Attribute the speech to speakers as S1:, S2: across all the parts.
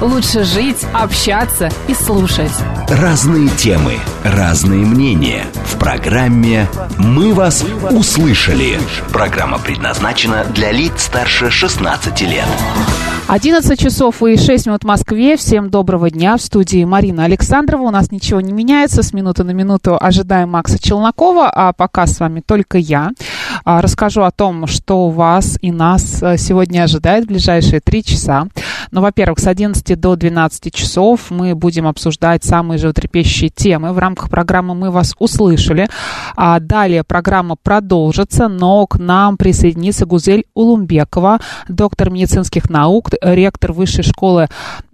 S1: лучше жить, общаться и слушать.
S2: Разные темы, разные мнения. В программе «Мы вас услышали». Программа предназначена для лиц старше 16 лет.
S1: 11 часов и 6 минут в Москве. Всем доброго дня. В студии Марина Александрова. У нас ничего не меняется. С минуты на минуту ожидаем Макса Челнокова. А пока с вами только я. А, Расскажу о том, что вас и нас а, сегодня ожидает в ближайшие 3 часа. Ну, во-первых, с 11 до 12 часов мы будем обсуждать самые животрепещущие темы. В рамках программы «Мы вас услышали». А далее программа продолжится, но к нам присоединится Гузель Улумбекова, доктор медицинских наук, ректор Высшей школы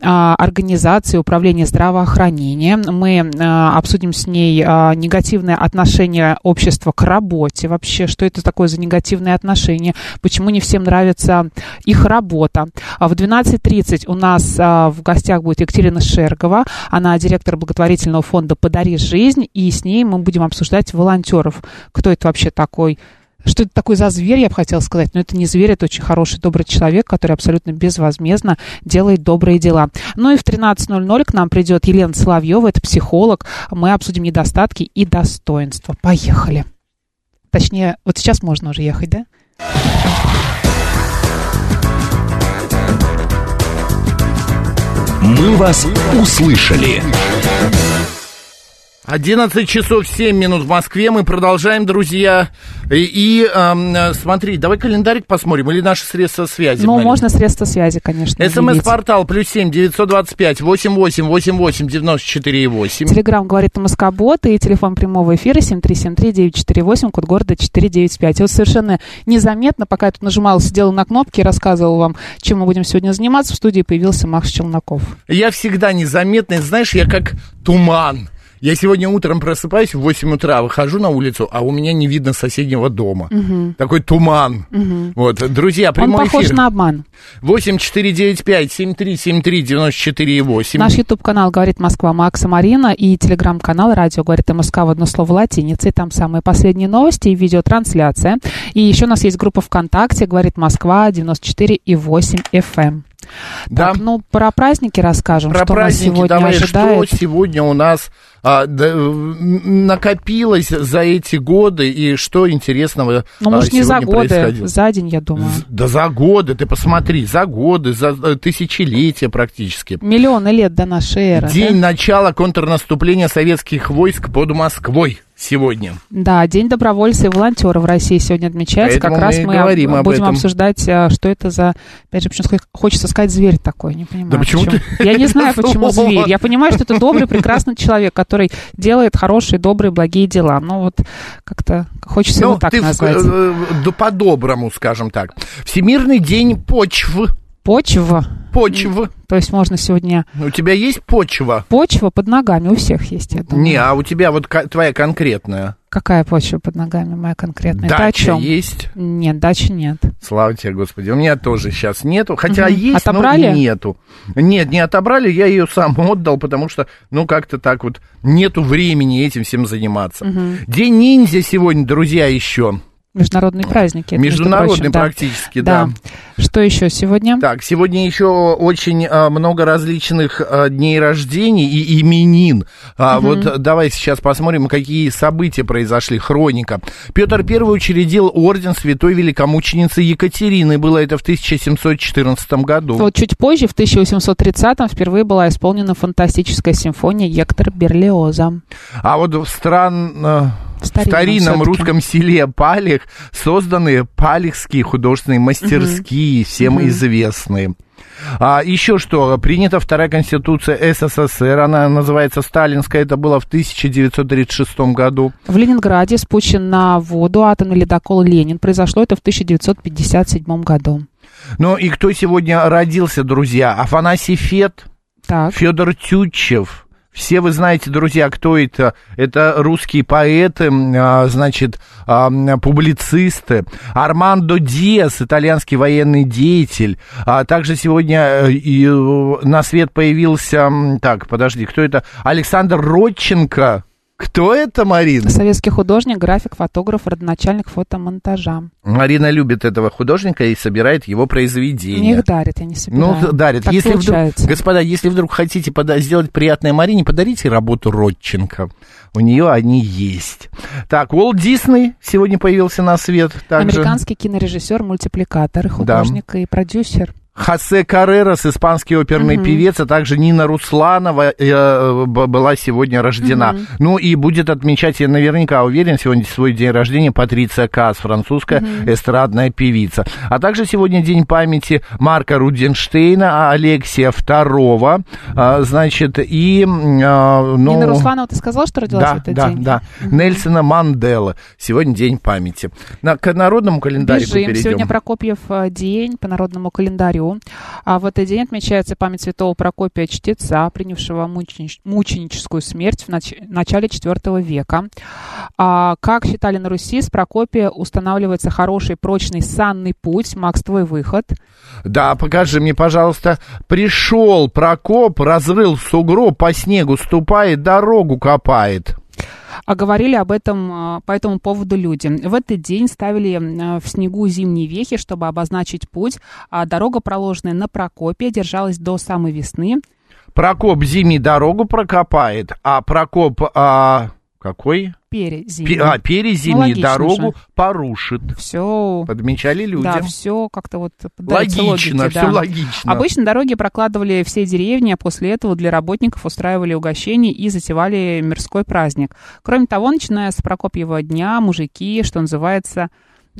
S1: а, организации управления здравоохранения. Мы а, обсудим с ней а, негативное отношение общества к работе. Вообще, что это такое за негативное отношение? Почему не всем нравится их работа? А В 12.30 у нас а, в гостях будет Екатерина Шергова. Она директор благотворительного фонда «Подари жизнь». И с ней мы будем обсуждать волонтеров. Кто это вообще такой? Что это такое за зверь, я бы хотела сказать, но это не зверь, это очень хороший, добрый человек, который абсолютно безвозмездно делает добрые дела. Ну и в 13.00 к нам придет Елена Соловьева, это психолог. Мы обсудим недостатки и достоинства. Поехали. Точнее, вот сейчас можно уже ехать, да?
S2: «Мы вас услышали».
S3: 11 часов 7 минут в Москве. Мы продолжаем, друзья. И, и, эм, э, смотри, давай календарик посмотрим. Или наши средства связи.
S1: Ну,
S3: Марин?
S1: можно средства связи, конечно. объявить.
S3: СМС-портал плюс семь девятьсот двадцать пять восемь восемь восемь восемь девяносто четыре и восемь.
S1: Телеграмм говорит Москобот и телефон прямого эфира 7373948, код города 495. И вот совершенно незаметно, пока я тут нажимала, сидела на кнопке и рассказывала вам, чем мы будем сегодня заниматься, в студии появился Макс Челноков.
S3: Я всегда незаметный, знаешь, я как туман. Я сегодня утром просыпаюсь в 8 утра, выхожу на улицу, а у меня не видно соседнего дома. Такой туман. Вот, друзья,
S1: Он
S3: прямой
S1: похож
S3: эфир.
S1: на обман.
S3: 8 4 9 5 7 3 7 3 94 8.
S1: Наш YouTube-канал «Говорит Москва» Макса Марина и телеграм-канал «Радио говорит МСК» в одно слово латиницей. Там самые последние новости и видеотрансляция. И еще у нас есть группа ВКонтакте «Говорит Москва» 94,8 FM.
S3: Да.
S1: эм. Так, ну, про праздники расскажем,
S3: Про
S1: что
S3: праздники
S1: нас сегодня
S3: давай,
S1: ожидает.
S3: что сегодня у нас а, да, м, накопилось за эти годы и что интересного
S1: Ну,
S3: а,
S1: может, не за
S3: сегодня
S1: годы,
S3: происходило?
S1: за день, я думаю.
S3: З- Да за годы, ты посмотри, за годы, за э, тысячелетия практически.
S1: Миллионы лет до нашей эры.
S3: День начала контрнаступления советских войск под Москвой сегодня.
S1: Да? да, День добровольца и волонтера в России сегодня отмечается.
S3: Поэтому
S1: как раз
S3: мы и
S1: об-
S3: говорим об
S1: будем
S3: этом.
S1: обсуждать, а, что это за... Опять же, почему хочется сказать зверь такой, не понимаю.
S3: Да почему ты
S1: Я не
S3: это
S1: знаю, почему
S3: слово?
S1: зверь. Я понимаю, что это добрый, прекрасный человек, который делает хорошие, добрые, благие дела. Ну вот как-то хочется его
S3: Ну,
S1: так
S3: ты в-
S1: назвать.
S3: э, да по-доброму, скажем так. Всемирный день почв.
S1: Почва.
S3: Почв.
S1: То есть можно сегодня...
S3: У тебя есть почва?
S1: Почва под ногами у всех есть, я думаю.
S3: Не, а у тебя вот ка- твоя конкретная.
S1: Какая почва под ногами моя конкретная? Это о
S3: Дача
S1: чем?
S3: есть?
S1: Нет, дачи нет.
S3: Слава тебе, Господи. У меня тоже сейчас нету. Хотя
S1: Мгм.
S3: есть,
S1: Отобрали?
S3: но нету. Нет, не отобрали, я ее сам отдал, потому что, ну, как-то так вот, нету времени этим всем заниматься. День ниндзя сегодня, друзья, еще.
S1: Международные праздники. это, между
S3: Международный
S1: прочим, да.
S3: практически, да.
S1: Что еще сегодня?
S3: Так, сегодня еще очень а, много различных а, дней рождений и именин. А, Вот а, давай сейчас посмотрим, какие события произошли. Хроника. Петр I учредил орден святой великомученицы Екатерины. Было это в 1714 году.
S1: Вот чуть позже, в 1830-м, впервые была исполнена фантастическая симфония Гектор Берлиоза.
S3: А вот в стран... э,
S1: В
S3: В
S1: старинном
S3: старинном,
S1: всё-таки.
S3: русском селе Палих созданы палихские художественные мастерские, всем известные. А еще что, принята вторая конституция СССР, она называется Сталинская, это было в 1936 году.
S1: В Ленинграде спущен на воду атомный ледокол «Ленин». Произошло это в 1957 году.
S3: Ну и кто сегодня родился, друзья? Афанасий Фет,
S1: Так.
S3: Федор Тютчев. Все вы знаете, друзья, кто это. Это русские поэты, а, значит, а, м, публицисты. Армандо Диас, итальянский военный деятель. А также сегодня э, и, э, на свет появился... м, Так, подожди, кто это? Александр Родченко. Кто это, Марина?
S1: Советский художник, график, фотограф, родоначальник фотомонтажа.
S3: Марина любит этого художника и собирает его
S1: Мне
S3: произведения.
S1: их дарят, я не собираю.
S3: Ну, д- дарит.
S1: Так
S3: если вдруг,
S1: получается.
S3: господа, если вдруг хотите пода- сделать приятное Марине, подарите работу Родченко. У нее они есть. Так, Уолт Дисней сегодня появился на свет. Также
S1: Американский кинорежиссер, мультипликатор, художник и продюсер.
S3: Хосе Каррерас, испанский оперный певец, а также Нина Русланова э, б- была сегодня рождена. Ну и будет отмечать, я наверняка уверен, сегодня свой день рождения Патриция Касс, французская эстрадная певица. А также сегодня день памяти Марка Руденштейна, а Алексия II, а, значит, и... м, а, ну,
S1: Нина Русланова, ты сказал, что родилась
S3: да,
S1: в этот
S3: да,
S1: день?
S3: да. Нельсона Манделы. Сегодня день памяти. На, к народному календарю
S1: Бежим.
S3: перейдем.
S1: Сегодня Прокопьев э, день по народному календарю. А в этот день отмечается память святого Прокопия Чтеца, принявшего мученич- мученическую смерть в нач- начале IV века. А, как считали на Руси, с Прокопия устанавливается хороший, прочный, санный путь. Макс, твой выход.
S3: Да, покажи мне, пожалуйста. Пришел Прокоп, разрыл сугроб, по снегу ступает, дорогу копает.
S1: А говорили об этом э, по этому поводу люди. В этот день ставили э, в снегу зимние вехи, чтобы обозначить путь. А дорога, проложенная на Прокопия, держалась до самой весны.
S3: Прокоп зимней дорогу прокопает, а Прокоп... а, какой? Пе-
S1: Перезимней.
S3: а, перезимней
S1: логично
S3: дорогу
S1: же.
S3: порушит.
S1: Все
S3: Подмечали люди.
S1: Да, все как-то вот поддается
S3: логично,
S1: логике,
S3: все
S1: да.
S3: логично.
S1: Обычно дороги прокладывали все деревни, а после этого для работников устраивали угощения и затевали мирской праздник. Кроме того, начиная с Прокопьева дня, мужики, что называется,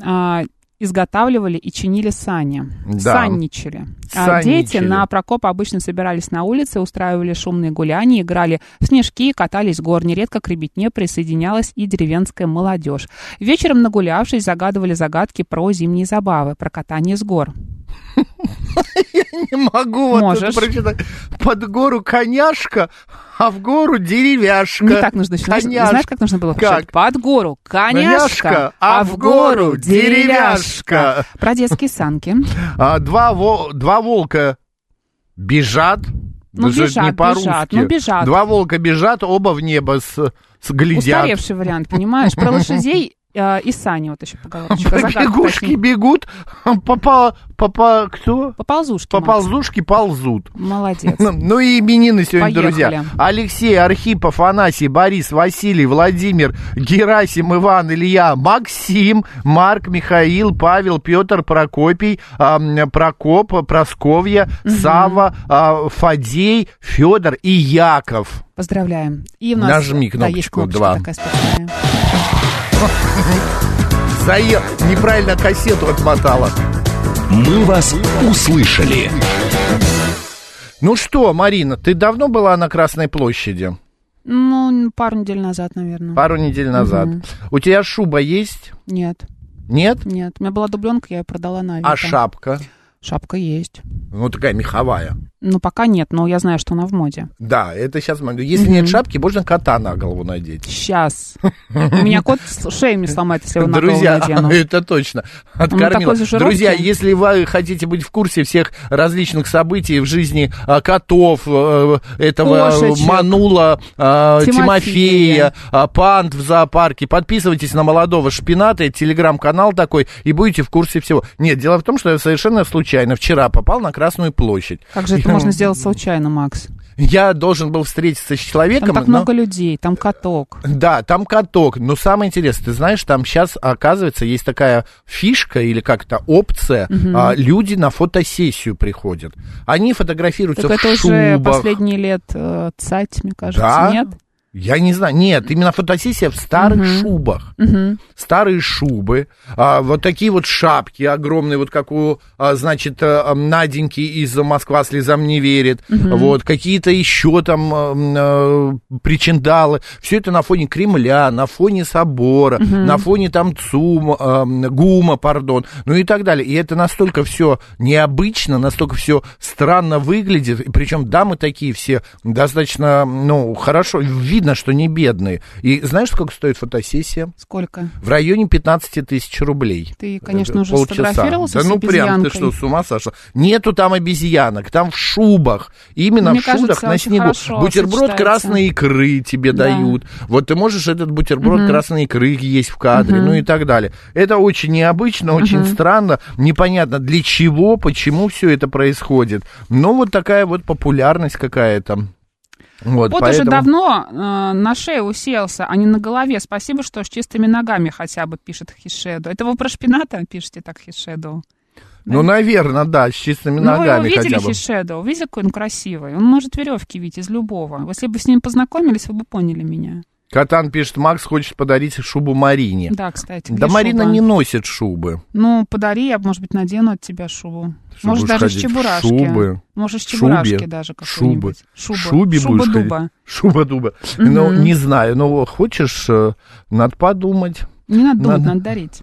S1: а, изготавливали и чинили сани.
S3: Да.
S1: Санничали. А Дети
S3: Санничали.
S1: на Прокопа обычно собирались на улице, устраивали шумные гуляния, играли в снежки, катались в гор. Нередко к ребятне присоединялась и деревенская молодежь. Вечером, нагулявшись, загадывали загадки про зимние забавы, про катание с гор.
S3: Не могу вот
S1: Можешь.
S3: это прочитать. Под гору коняшка, а в гору деревяшка.
S1: Не так нужно начинать.
S3: Коняшка.
S1: Знаешь, как нужно было
S3: Как?
S1: включать? Под гору коняшка, а в гору деревяшка. Про детские санки.
S3: А, два, во- два волка бежат.
S1: Ну,
S3: Даже
S1: бежат,
S3: не по-русски.
S1: бежат, ну, бежат.
S3: Два волка бежат, оба в небо с, с глядят.
S1: Устаревший вариант, понимаешь? Про лошадей э, и сани вот еще поговорочка. Загадка
S3: Бегушки
S1: такие.
S3: бегут, попа, попа, кто?
S1: Поползушки. Макс.
S3: Поползушки ползут.
S1: Молодец.
S3: Ну, Ну и именины сегодня,
S1: Поехали.
S3: друзья. Алексей, Архип, Афанасий, Борис, Василий, Владимир, Герасим, Иван, Илья, Максим, Марк, Михаил, Павел, Петр, Прокопий, а, м, Прокоп, Просковья, Сава, а, Фадей, Федор и Яков.
S1: Поздравляем. И у нас,
S3: Нажми
S1: да, есть
S3: кнопочку
S1: кнопочка
S3: «два».
S1: такая специальная.
S3: Заел, неправильно кассету отмотала.
S2: «Мы вас услышали».
S3: Ну что, Марина, ты давно была на Красной площади?
S1: Ну, пару недель назад, наверное.
S3: Пару недель назад. У тебя шуба есть?
S1: Нет,
S3: Нет?
S1: нет. У меня была дубленка, я ее продала на Авито.
S3: А шапка?
S1: Шапка есть.
S3: Ну, такая меховая.
S1: Ну, пока нет, но я знаю, что она в моде.
S3: Да, это сейчас могу. Если нет шапки, можно кота на голову надеть.
S1: Сейчас. У меня кот с- шею мне сломает, если я его на голову
S3: Друзья,
S1: надену. Ну,
S3: это точно. Откормила.
S1: такой же жировки.
S3: Друзья, если вы хотите быть в курсе всех различных событий в жизни а, котов, э, этого
S1: Кошечек.
S3: Манула, а,
S1: Тимофея.
S3: Тимофея, а, панд в зоопарке, подписывайтесь на молодого шпината, это телеграм-канал такой, и будете в курсе всего. Нет, дело в том, что я совершенно случайно вчера попал на Красную площадь.
S1: Как же это можно сделать случайно, Макс?
S3: Я должен был встретиться с человеком.
S1: Там так
S3: но-
S1: много людей, там каток.
S3: Да, там каток. Но самое интересное, ты знаешь, там сейчас, оказывается, есть такая фишка или как-то опция. а, люди на фотосессию приходят. Они фотографируются
S1: Так
S3: в
S1: это
S3: шубах.
S1: уже последние лет э, цать, мне кажется,
S3: Да?
S1: нет?
S3: Я не знаю, нет, именно фотосессия в старых шубах. Старые шубы, а, вот такие вот шапки огромные, вот как у, а, значит, а, м, Наденьки из «Москва слезам не верит», вот, какие-то еще там а, м, а, причиндалы. Все это на фоне Кремля, на фоне собора, на фоне там ЦУМа, а, м, ГУМа, пардон, ну и так далее. И это настолько все необычно, настолько все странно выглядит, и причем дамы такие все достаточно, ну, хорошо, видно, что не бедные. И знаешь, сколько стоит фотосессия?
S1: Сколько?
S3: В районе 15 тысяч рублей.
S1: Ты, конечно,
S3: Э,
S1: Ну, уже
S3: полчаса.
S1: сфотографировался
S3: Да
S1: с
S3: ну прям, ты
S1: обезьянкой?
S3: что, с ума сошла? Нету там обезьянок, там в шубах. Именно
S1: Мне
S3: в шубах
S1: кажется,
S3: на
S1: очень
S3: снегу.
S1: хорошо
S3: Бутерброд
S1: сочетается.
S3: красной икры тебе
S1: Да.
S3: дают. Вот ты можешь этот бутерброд красной икры есть в кадре, ну и так далее. Это очень необычно, очень странно, непонятно для чего, почему все это происходит. Но вот такая вот популярность какая-то. Вот,
S1: Вот уже
S3: поэтому-
S1: давно э, на шею уселся, а не на голове. Спасибо, что с чистыми ногами хотя бы, пишет Хишеду. Это вы про шпината пишете так Хишеду?
S3: Ну, наверное, да, с чистыми
S1: Ну, вы его
S3: ногами
S1: видели,
S3: хотя бы.
S1: Хишеду? Видите, какой он красивый? Он может веревки видеть из любого. Если бы с ним познакомились, вы бы поняли меня.
S3: Катан пишет, Макс хочет подарить шубу Марине.
S1: Да, кстати. где
S3: да Марина
S1: шуба?
S3: не носит шубы.
S1: Ну, подари, я, может быть, надену от тебя шубу.
S3: Что
S1: может,
S3: будешь
S1: даже с
S3: ходить в
S1: чебурашки.
S3: шубы?
S1: Может, с
S3: В
S1: чебурашки
S3: шубе?
S1: даже какой-нибудь.
S3: Шубы.
S1: Шуба.
S3: Шубе
S1: Шуба
S3: будешь
S1: дуба.
S3: ходить? Шуба-дуба. Ну, не знаю, но хочешь, э, надо подумать.
S1: Не надо думать,
S3: Надо.
S1: надо дарить.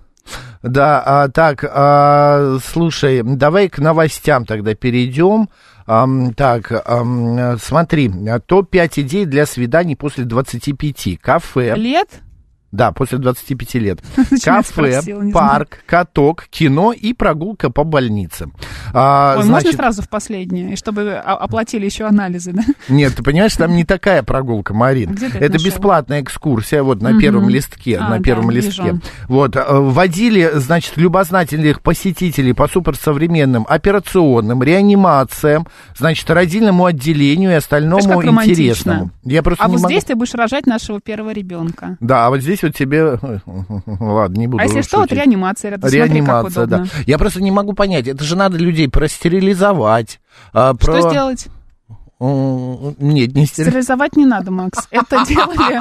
S3: Да, а, так, а, слушай, давай к новостям тогда перейдем. Ам, так, ам, э, смотри, топ-5 идей для свиданий после 25. Кафе.
S1: Лет?
S3: Да, после 25 лет.
S1: Почему я
S3: Кафе,
S1: спросила, не
S3: парк, каток, кино и прогулка по больнице. А,
S1: Ой,
S3: значит,
S1: можно сразу в последнее? И чтобы о- оплатили еще анализы, да?
S3: Нет, ты понимаешь, там не такая прогулка, Марин.
S1: Где ты это
S3: это
S1: нашел?
S3: бесплатная экскурсия, вот на первом листке,
S1: А,
S3: на
S1: да,
S3: первом
S1: вижу.
S3: листке. Вот, э, вводили, значит, любознательных посетителей по суперсовременным операционным, реанимациям, значит, родильному отделению и остальному
S1: Знаешь, как романтично.
S3: интересному. Я просто
S1: А
S3: не
S1: вот
S3: могу-
S1: здесь ты будешь рожать нашего первого ребенка.
S3: Да, а вот здесь вот тебе... Ладно, не буду
S1: А если что, вот
S3: шутить.
S1: реанимация рядом. Смотри,
S3: Реанимация,
S1: как
S3: да.
S1: удобно.
S3: Я просто не могу понять, это же надо людей простерилизовать. а, про...
S1: Что сделать?
S3: М, Нет, не стерилизовать.
S1: Стерилизовать не надо, Макс. Это делали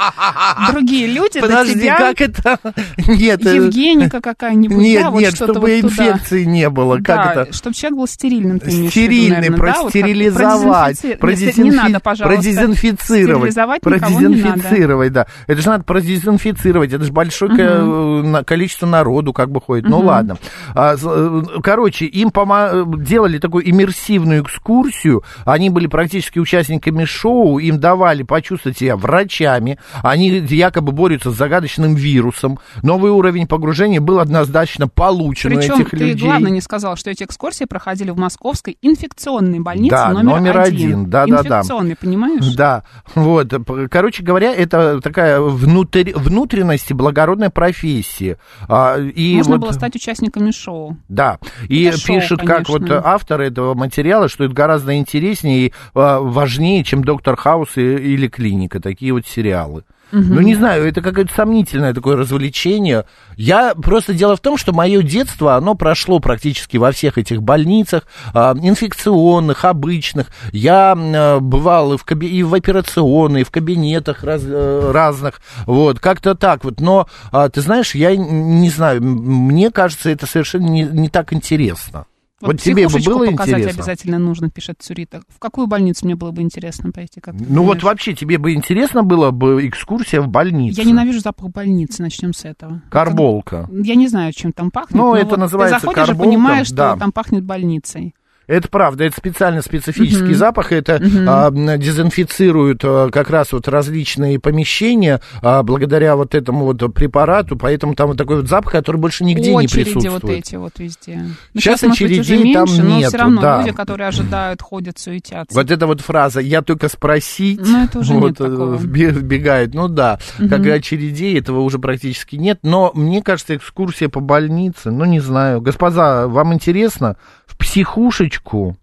S1: другие люди. до
S3: Подожди,
S1: тебя.
S3: как это? Нет, э,
S1: Евгеника какая-нибудь,
S3: нет,
S1: да, вот
S3: нет,
S1: что-то
S3: чтобы
S1: вот туда.
S3: инфекции не было. Как это?
S1: чтобы человек был стерильным, ты имеешь в виду,
S3: Стерильный,
S1: наверное, да, вот как-
S3: простерилизовать,
S1: продезинфици-
S3: продезинфи-
S1: Не надо, пожалуйста.
S3: продезинфицировать,
S1: Стерилизовать никого не надо.
S3: продезинфицировать, да. Это же надо продезинфицировать, это же большое ко- на- количество народу как бы ходит. Ну ладно. А, с- э, Короче, им пома- э, делали такую иммерсивную экскурсию, они были практически участниками шоу, им давали почувствовать себя врачами, они якобы борются с загадочным вирусом. Новый уровень погружения был однозначно получен у
S1: Причем
S3: этих
S1: ты,
S3: людей.
S1: главное, не сказал, что эти экскурсии проходили в московской инфекционной больнице
S3: Да,
S1: номер,
S3: номер один. Да, да, да.
S1: Инфекционной, понимаешь?
S3: Да, вот, п- короче говоря, это такая внутрь, внутренность и благородная профессия. А, и
S1: Можно
S3: вот-
S1: было стать участниками шоу.
S3: Да, и
S1: Это шоу,
S3: пишет, как вот
S1: конечно.
S3: автор этого материала, что это гораздо интереснее и а, важнее, чем «Доктор Хаус» и- или «Клиника», такие вот сериалы. Ну, не знаю, это какое-то сомнительное такое развлечение. Я просто дело в том, что мое детство, оно прошло практически во всех этих больницах, а, инфекционных, обычных. Я м, э, бывал и в, каби- и в операционной, и в кабинетах раз- э, разных, вот, как-то так вот. Но, а, ты знаешь, я н- не знаю, м, мне кажется, это совершенно не, не так интересно. Вот, тебе бы
S1: психушечку
S3: было
S1: показать
S3: интересно?
S1: обязательно нужно, пишет Цюрита. В какую больницу мне было бы интересно пойти? Как ты
S3: Ну вот
S1: думаешь?
S3: вообще тебе бы интересно было бы экскурсия в больницу?
S1: Я ненавижу запах больницы, начнем с этого.
S3: Карболка.
S1: Я не знаю, чем там пахнет.
S3: Ну,
S1: но
S3: это
S1: вот
S3: называется
S1: Ты заходишь
S3: карболком,
S1: и понимаешь, что
S3: да.
S1: там пахнет больницей.
S3: Это правда, это специально специфический запах, это а, м, дезинфицирует а, как раз вот различные помещения а, благодаря вот этому вот препарату, поэтому там вот такой вот запах, который больше нигде не
S1: очереди
S3: присутствует.
S1: вот эти вот везде. Ну,
S3: Щас
S1: может быть, уже
S3: очередей там
S1: меньше, но
S3: нету,
S1: все равно
S3: да.
S1: люди, которые ожидают, ходят, суетятся.
S3: Вот эта вот фраза «я только спросить»
S1: Ну, это уже нет
S3: вот, э,
S1: такого.
S3: вбе- вбегает. Ну да, как и очередей, этого уже практически нет. Но мне кажется, экскурсия по больнице, ну не знаю. Господа, вам интересно? В психушечку?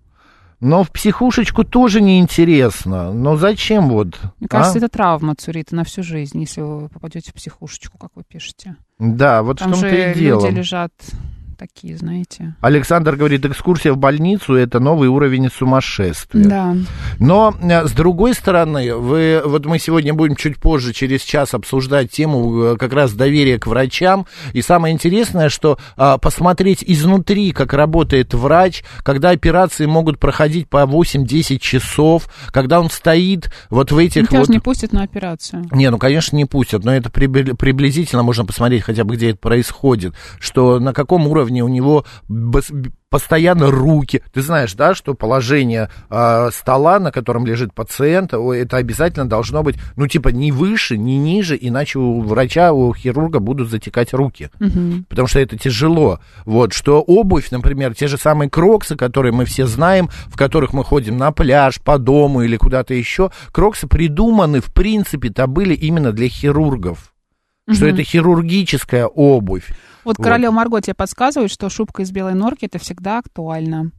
S3: Но в психушечку тоже неинтересно. Но зачем вот?
S1: Мне кажется,
S3: а?
S1: это травма Цурита на всю жизнь, если вы попадете в психушечку, как вы пишете.
S3: Да, вот в
S1: Там
S3: том-то
S1: же
S3: и
S1: люди
S3: дело.
S1: лежат такие, знаете.
S3: Александр говорит, экскурсия в больницу – это новый уровень сумасшествия.
S1: Да.
S3: Но, э, с другой стороны, вы, вот мы сегодня будем чуть позже, через час, обсуждать тему э, как раз доверия к врачам. И самое интересное, что а, посмотреть изнутри, как работает врач, когда операции могут проходить по 8-10 часов, когда он стоит вот в
S1: Ну,
S3: этих
S1: тебя
S3: вот...
S1: же не пустят на операцию.
S3: Не, ну, конечно, не пустят, но это прибли- приблизительно можно посмотреть хотя бы, где это происходит, что на каком уровне у него бас- б- постоянно руки. Ты знаешь, да, что положение а, стола, на котором лежит пациент, о, это обязательно должно быть, ну, типа, не выше, не ниже, иначе у врача, у хирурга будут затекать руки потому что это тяжело. Вот, что обувь, например, те же самые кроксы, которые мы все знаем, в которых мы ходим на пляж, по дому или куда-то еще, кроксы придуманы, в принципе-то, были именно для хирургов. Что это хирургическая обувь.
S1: Вот королева Марго тебе подсказывает, что шубка из белой норки это всегда актуально.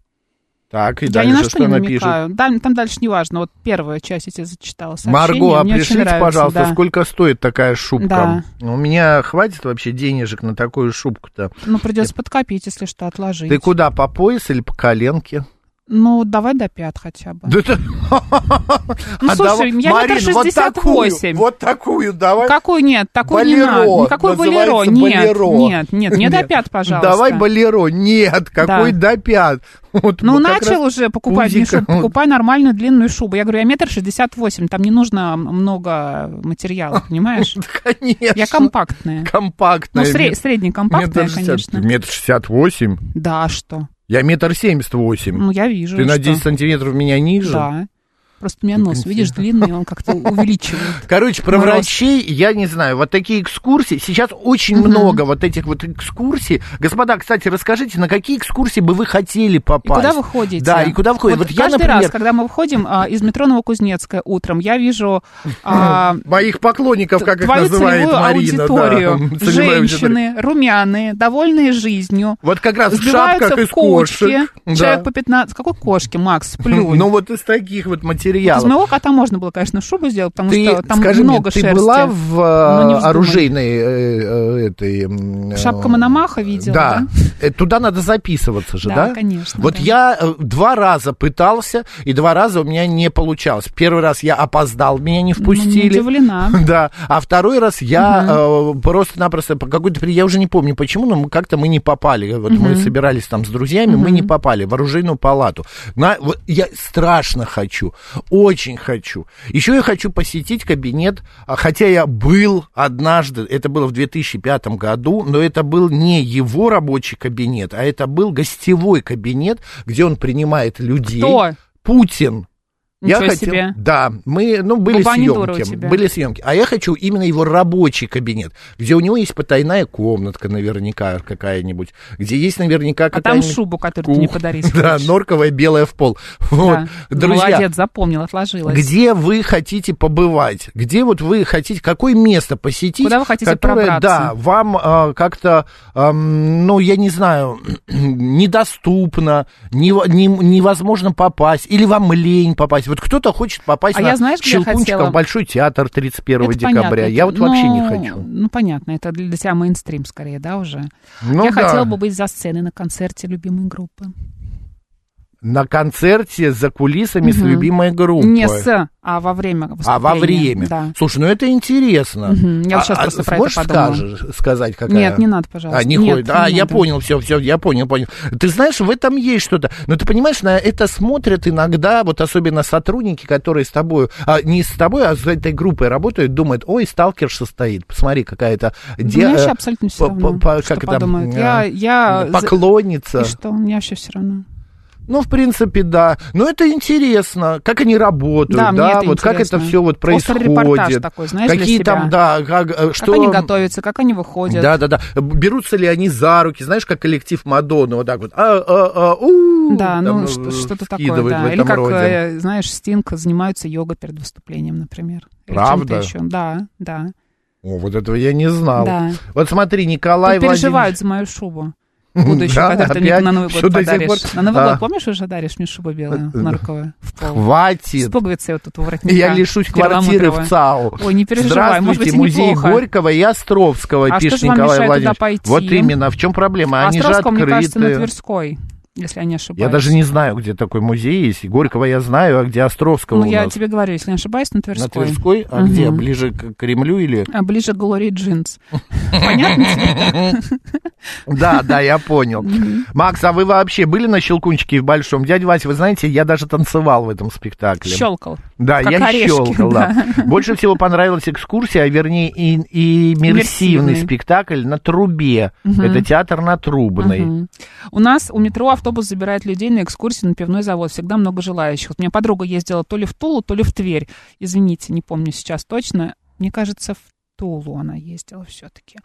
S3: Так, и
S1: Я
S3: дальше
S1: ни на что,
S3: что
S1: не
S3: она пишет?
S1: намекаю. Да, там дальше не важно. Вот первую часть я тебе зачитала сообщение.
S3: Марго, а
S1: Мне очень
S3: пришлите,
S1: нравится,
S3: пожалуйста,
S1: да.
S3: сколько стоит такая шубка? Ну,
S1: Да.
S3: У меня хватит вообще денежек на такую шубку-то?
S1: Ну, придется подкопить, если что, отложить.
S3: Э, Ты куда, по пояс или по коленке?
S1: Ну, давай до пят хотя бы.
S3: Да ты-
S1: Ну,
S3: А
S1: слушай,
S3: дава-
S1: я метр
S3: Марин, вот такую,
S1: 68.
S3: вот такую давай.
S1: Какой нет, такой не
S3: Болеро
S1: надо. Никакой
S3: называется
S1: болеро. Нет,
S3: болеро.
S1: нет, нет, не до
S3: Нет.
S1: пят, пожалуйста.
S3: Давай болеро. Нет, какой до пят. Вот
S1: Ну,
S3: вот как
S1: начал
S3: раз
S1: уже покупать мне
S3: пузико.
S1: шубу, покупай нормальную длинную шубу. Я говорю, я метр шестьдесят восемь, там не нужно много материала, понимаешь?
S3: Конечно.
S1: Я компактная. Ну,
S3: Компактная.
S1: сре-
S3: Мет-
S1: среднекомпактная,
S3: метр шестьдесят-
S1: конечно.
S3: Метр шестьдесят восемь.
S1: Да, а что?
S3: Я метр семьдесят восемь.
S1: Ну, я вижу.
S3: Ты
S1: и
S3: на
S1: что?
S3: 10 сантиметров меня ниже?
S1: Да. Просто у меня нос, видишь, длинный, он как-то увеличивает.
S3: Короче, про
S1: Мороз.
S3: врачей я не знаю. Вот такие экскурсии. Сейчас очень много вот этих вот экскурсий. Господа, кстати, расскажите, на какие экскурсии бы вы хотели
S1: И
S3: попасть?
S1: куда вы ходите?
S3: Да, и куда вы ходите? Вот, я,
S1: каждый
S3: например,
S1: раз, когда мы выходим а, из метро Новокузнецкая утром, я вижу а,
S3: моих поклонников, как их
S1: твою
S3: называет
S1: целевую
S3: Марина. да.
S1: аудиторию.
S3: Целевая аудитория.
S1: Женщины, румяные, довольные жизнью.
S3: Вот как раз в
S1: Сбиваются
S3: шапках
S1: в
S3: из
S1: кучки.
S3: кошек. Да.
S1: Человек по 15. Какой кошки, Макс? Плюнь.
S3: Ну вот из таких вот
S1: Из
S3: материалов.
S1: моего кота можно было, конечно, шубу сделать, потому
S3: Ты,
S1: что там
S3: скажи
S1: много
S3: мне, ты
S1: шерсти.
S3: была в
S1: Ну, не
S3: э,
S1: вздумай.
S3: оружейной э, э, этой... м, э,
S1: Шапка Мономаха видела,
S3: Да.
S1: да?
S3: Э, Туда надо записываться же, да?
S1: Да, конечно,
S3: Вот
S1: да.
S3: я э, два раза пытался, и два раза у меня не получалось. Первый раз я опоздал, меня не
S1: Ну, не
S3: впустили.
S1: удивлена.
S3: Да, а второй раз я э, просто-напросто по какой-то при- я уже не помню почему, но мы как-то мы не попали. Вот мы собирались там с друзьями, мы не попали в оружейную палату. На, вот я страшно хочу, очень хочу. Еще я хочу посетить кабинет, а, хотя я был однажды, это было в 2005 году, но это был не его рабочий кабинет, а это был гостевой кабинет, где он принимает людей.
S1: Кто? А
S3: Путин.
S1: Ничего
S3: я хотел,
S1: себе.
S3: да, мы, ну, были
S1: Губанитура у
S3: съемки,
S1: тебя.
S3: были съемки. А я хочу именно его рабочий кабинет, где у него есть потайная комнатка наверняка какая-нибудь, где есть наверняка
S1: А там
S3: какая-нибудь...
S1: шубу, которую ты не
S3: кух-
S1: подаришь.
S3: Да,
S1: хочешь.
S3: норковая белая в пол. Вот,
S1: Да.
S3: друзья,
S1: Молодец, запомнил, отложилось.
S3: где вы хотите побывать? Где вот вы хотите, какое место посетить?
S1: Куда вы хотите
S3: которое,
S1: пробраться?
S3: Да, вам а, как-то, ам, ну, я не знаю, недоступно, нево- не- невозможно попасть, или вам лень попасть. Вот кто-то хочет попасть
S1: А
S3: на
S1: я знаешь, где я
S3: Щелкунчика
S1: хотела?
S3: в Большой театр 31
S1: Это
S3: декабря.
S1: понятно.
S3: Я вот вообще не
S1: Ну,
S3: хочу.
S1: Ну, понятно, это для тебя мейнстрим скорее, да, уже?
S3: Ну
S1: я
S3: да.
S1: хотела бы быть за сценой на концерте любимой группы.
S3: На концерте за кулисами с
S1: Мгм.
S3: любимой группой.
S1: Не с, а во время выступления.
S3: А во время.
S1: Да.
S3: Слушай, ну это интересно.
S1: Мгм. Я вот щас
S3: А- а
S1: просто про это
S3: сможешь
S1: подумала.
S3: скажешь- сказать, какая?
S1: Нет, не надо, пожалуйста.
S3: А, не
S1: Нет,
S3: ходит. А,
S1: не
S3: я
S1: надо.
S3: понял, все, все, я понял, понял. Ты знаешь, в этом есть что-то. Но ты понимаешь, на это смотрят иногда, вот особенно сотрудники, которые с тобой, а, не с тобой, а с этой группой работают, думают, ой, сталкер состоит, посмотри, какая-то...
S1: Да
S3: де-
S1: Ну, Мне вообще
S3: э,
S1: абсолютно все
S3: по-
S1: равно,
S3: по- по-
S1: что
S3: как это,
S1: подумают.
S3: э,
S1: Я, я... за-
S3: Поклонница.
S1: И что, мне вообще все равно.
S3: Ну, в принципе, да. Но это интересно, как они работают,
S1: Да,
S3: да,
S1: мне это
S3: вот как это
S1: интересно.
S3: все вот
S1: Острый
S3: происходит.
S1: репортаж такой, знаешь, для
S3: Какие
S1: себя.
S3: там, да, как, э, что...
S1: Как они готовятся, как они выходят.
S3: Да, да, да. Берутся ли они за руки, знаешь, как коллектив Мадонны, вот так вот. А, а, а, у,
S1: Да,
S3: там,
S1: ну
S3: э,
S1: что- что-то такое,
S3: вкидывают в
S1: да. Или
S3: этом
S1: как,
S3: роде.
S1: э, знаешь, Стинг занимаются йогой перед выступлением, например. Или чем-то
S3: Правда?
S1: еще. Да, да,
S3: О, вот этого я не знал.
S1: да.
S3: Вот смотри, Николай
S1: Тут переживают
S3: Владимирович.
S1: за мою шубу. Буду еще,
S3: Да,
S1: когда ты мне
S3: опять?
S1: на Новый год
S3: Что до сих
S1: подаришь.
S3: пор?
S1: На Новый
S3: А.
S1: год, помнишь, уже даришь мне шубу белую на рукаве? В пол. С
S3: Хватит.
S1: пуговицей вот тут воротника.
S3: Я лишусь квартиры
S1: перламутрового.
S3: в ЦАУ.
S1: Ой, не переживай,
S3: Здравствуйте,
S1: может быть, и
S3: музей
S1: неплохо.
S3: Горького и Островского,
S1: А
S3: пишет
S1: что же вам
S3: Николай
S1: мешает туда
S3: Владимирович.
S1: пойти?
S3: Вот именно, в чем проблема? Они же
S1: Островском,
S3: открыты.
S1: мне кажется, на Тверской, если я не ошибаюсь.
S3: Я даже не знаю, где такой музей есть. И Горького я знаю, а где Островского
S1: Ну,
S3: у
S1: я
S3: нас?
S1: тебе говорю, если не ошибаюсь, на
S3: На
S1: Тверской.
S3: Тверской? А
S1: Мгм.
S3: где? Ближе к Кремлю или...
S1: А ближе к Глории Джинс. Понятно тебе?
S3: Да, да, я понял. Макс, а вы вообще были на «Щелкунчике» в Большом? Дядя Вася, вы знаете, я даже танцевал в этом спектакле.
S1: Щелкал.
S3: Да,
S1: Как
S3: я
S1: орешки,
S3: щелкал, да.
S1: да.
S3: Больше всего понравилась экскурсия, а вернее, и, и иммерсивный
S1: Иммерсивный.
S3: спектакль на трубе. Это театр на трубной.
S1: Мгм. У нас у метро автобус забирает людей на экскурсию на пивной завод. Всегда много желающих. Вот у меня подруга ездила то ли в Тулу, то ли в Тверь. Извините, не помню сейчас точно. Мне кажется, в Тулу она ездила все-таки.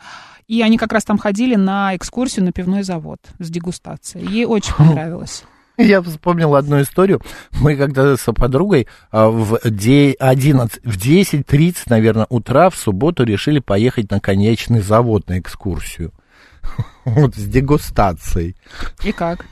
S1: И они как раз там ходили на экскурсию на пивной завод с дегустацией. Ей очень понравилось.
S3: Я вспомнил одну историю. Мы когда с подругой а, в, де- 11, в 10.30, наверное, утра в субботу решили поехать на конечный завод на экскурсию. Вот с дегустацией.
S1: И как?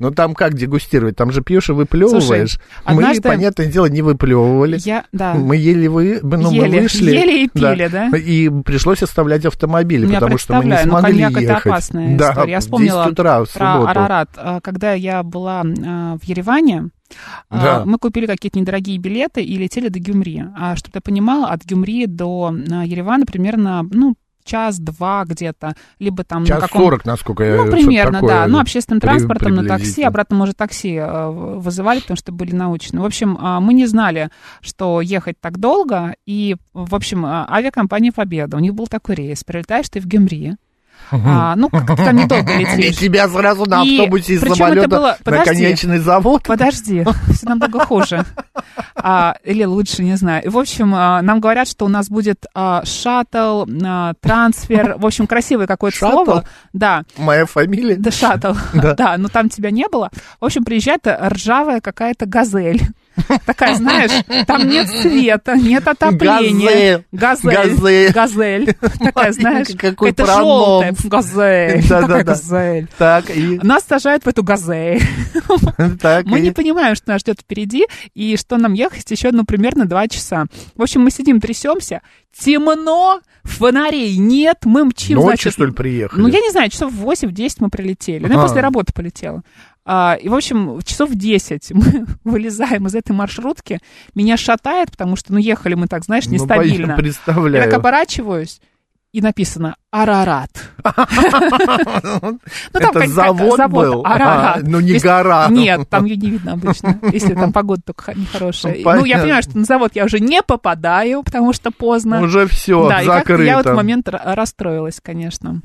S3: Ну там как дегустировать? Там же пьешь и выплевываешь. Мы,
S1: однажды-
S3: понятное дело, не выплевывали.
S1: Я, да.
S3: Мы еле вы, ну, мы
S1: Еле.
S3: вышли.
S1: Еле и пили, да?
S3: И пришлось оставлять автомобиль,
S1: Ну, я
S3: потому что мы не
S1: представляю, но
S3: смогли
S1: коньяк это
S3: ехать.
S1: опасная
S3: да,
S1: история. Я
S3: в
S1: вспомнила
S3: 10 утра в
S1: про
S3: субботу.
S1: Арарат. А, Когда я была а, в Ереване, а,
S3: Да.
S1: мы купили какие-то недорогие билеты и летели до Гюмри. А чтобы ты понимала, от Гюмри до а, Еревана примерно, ну, час-два где-то, либо там
S3: Час
S1: на каком
S3: 40, насколько я
S1: ну,
S3: что-то
S1: примерно,
S3: такое,
S1: да. Ну, общественным
S3: при-
S1: транспортом, на такси.
S3: приблизительно.
S1: Обратно, может, такси э, в- вызывали, потому что были научены. В общем, а, мы не знали, что ехать так долго. И, в общем, а, авиакомпания «Победа». У них был такой рейс. Прилетаешь ты в Гюмри. А, ну, как-то там недолго
S3: И
S1: летишь.
S3: тебя сразу на
S1: И
S3: автобусе из
S1: причем
S3: самолета
S1: это было-
S3: на
S1: подожди.
S3: конечный завод.
S1: Подожди, все намного хуже. А, или лучше, не знаю. И, В общем, а, нам говорят, что у нас будет а, шаттл, а, трансфер. В общем, красивое какое-то
S3: Шаттл?
S1: слово. Да.
S3: Моя фамилия.
S1: Да, шаттл. Да, но там тебя не было. В общем, приезжает ржавая какая-то газель. Такая, знаешь, там нет света, нет отопления.
S3: Газель.
S1: Газель. Газель. Такая, знаешь,
S3: Маленький какой
S1: какая-то
S3: прононс.
S1: желтая. Газель.
S3: Да, да,
S1: Такая
S3: да.
S1: газель.
S3: Так, и...
S1: Нас сажают в эту газель.
S3: Так,
S1: Ну, Мы
S3: и-
S1: не понимаем, что нас ждет впереди, и что нам ехать еще, ну, примерно два часа. В общем, мы сидим, трясемся, темно, фонарей нет, мы мчим,
S3: Ночью,
S1: значит,
S3: что ли, приехали?
S1: ну, я не знаю, часов в 8-10 мы прилетели. Ну, я
S3: А.
S1: после работы полетела. А, и, в общем, часов в 10 мы вылезаем из этой маршрутки. Меня шатает, потому что, ну, ехали мы так, знаешь,
S3: Ну,
S1: нестабильно.
S3: поехали,
S1: я так
S3: Представляю.
S1: оборачиваюсь, и написано «Арарат». Ну, там
S3: Это
S1: как- как
S3: завод
S1: завод
S3: был?
S1: Арарат.
S3: А, ну, не
S1: То есть-
S3: гора.
S1: Нет, там ее не видно обычно, если там погода только ха- нехорошая. Ну,
S3: Ну,
S1: я
S3: понятно.
S1: понимаю, что на завод я уже не попадаю, потому что поздно.
S3: Уже все,
S1: Да, и как-то
S3: закрыто.
S1: я в этот момент ра- расстроилась, конечно.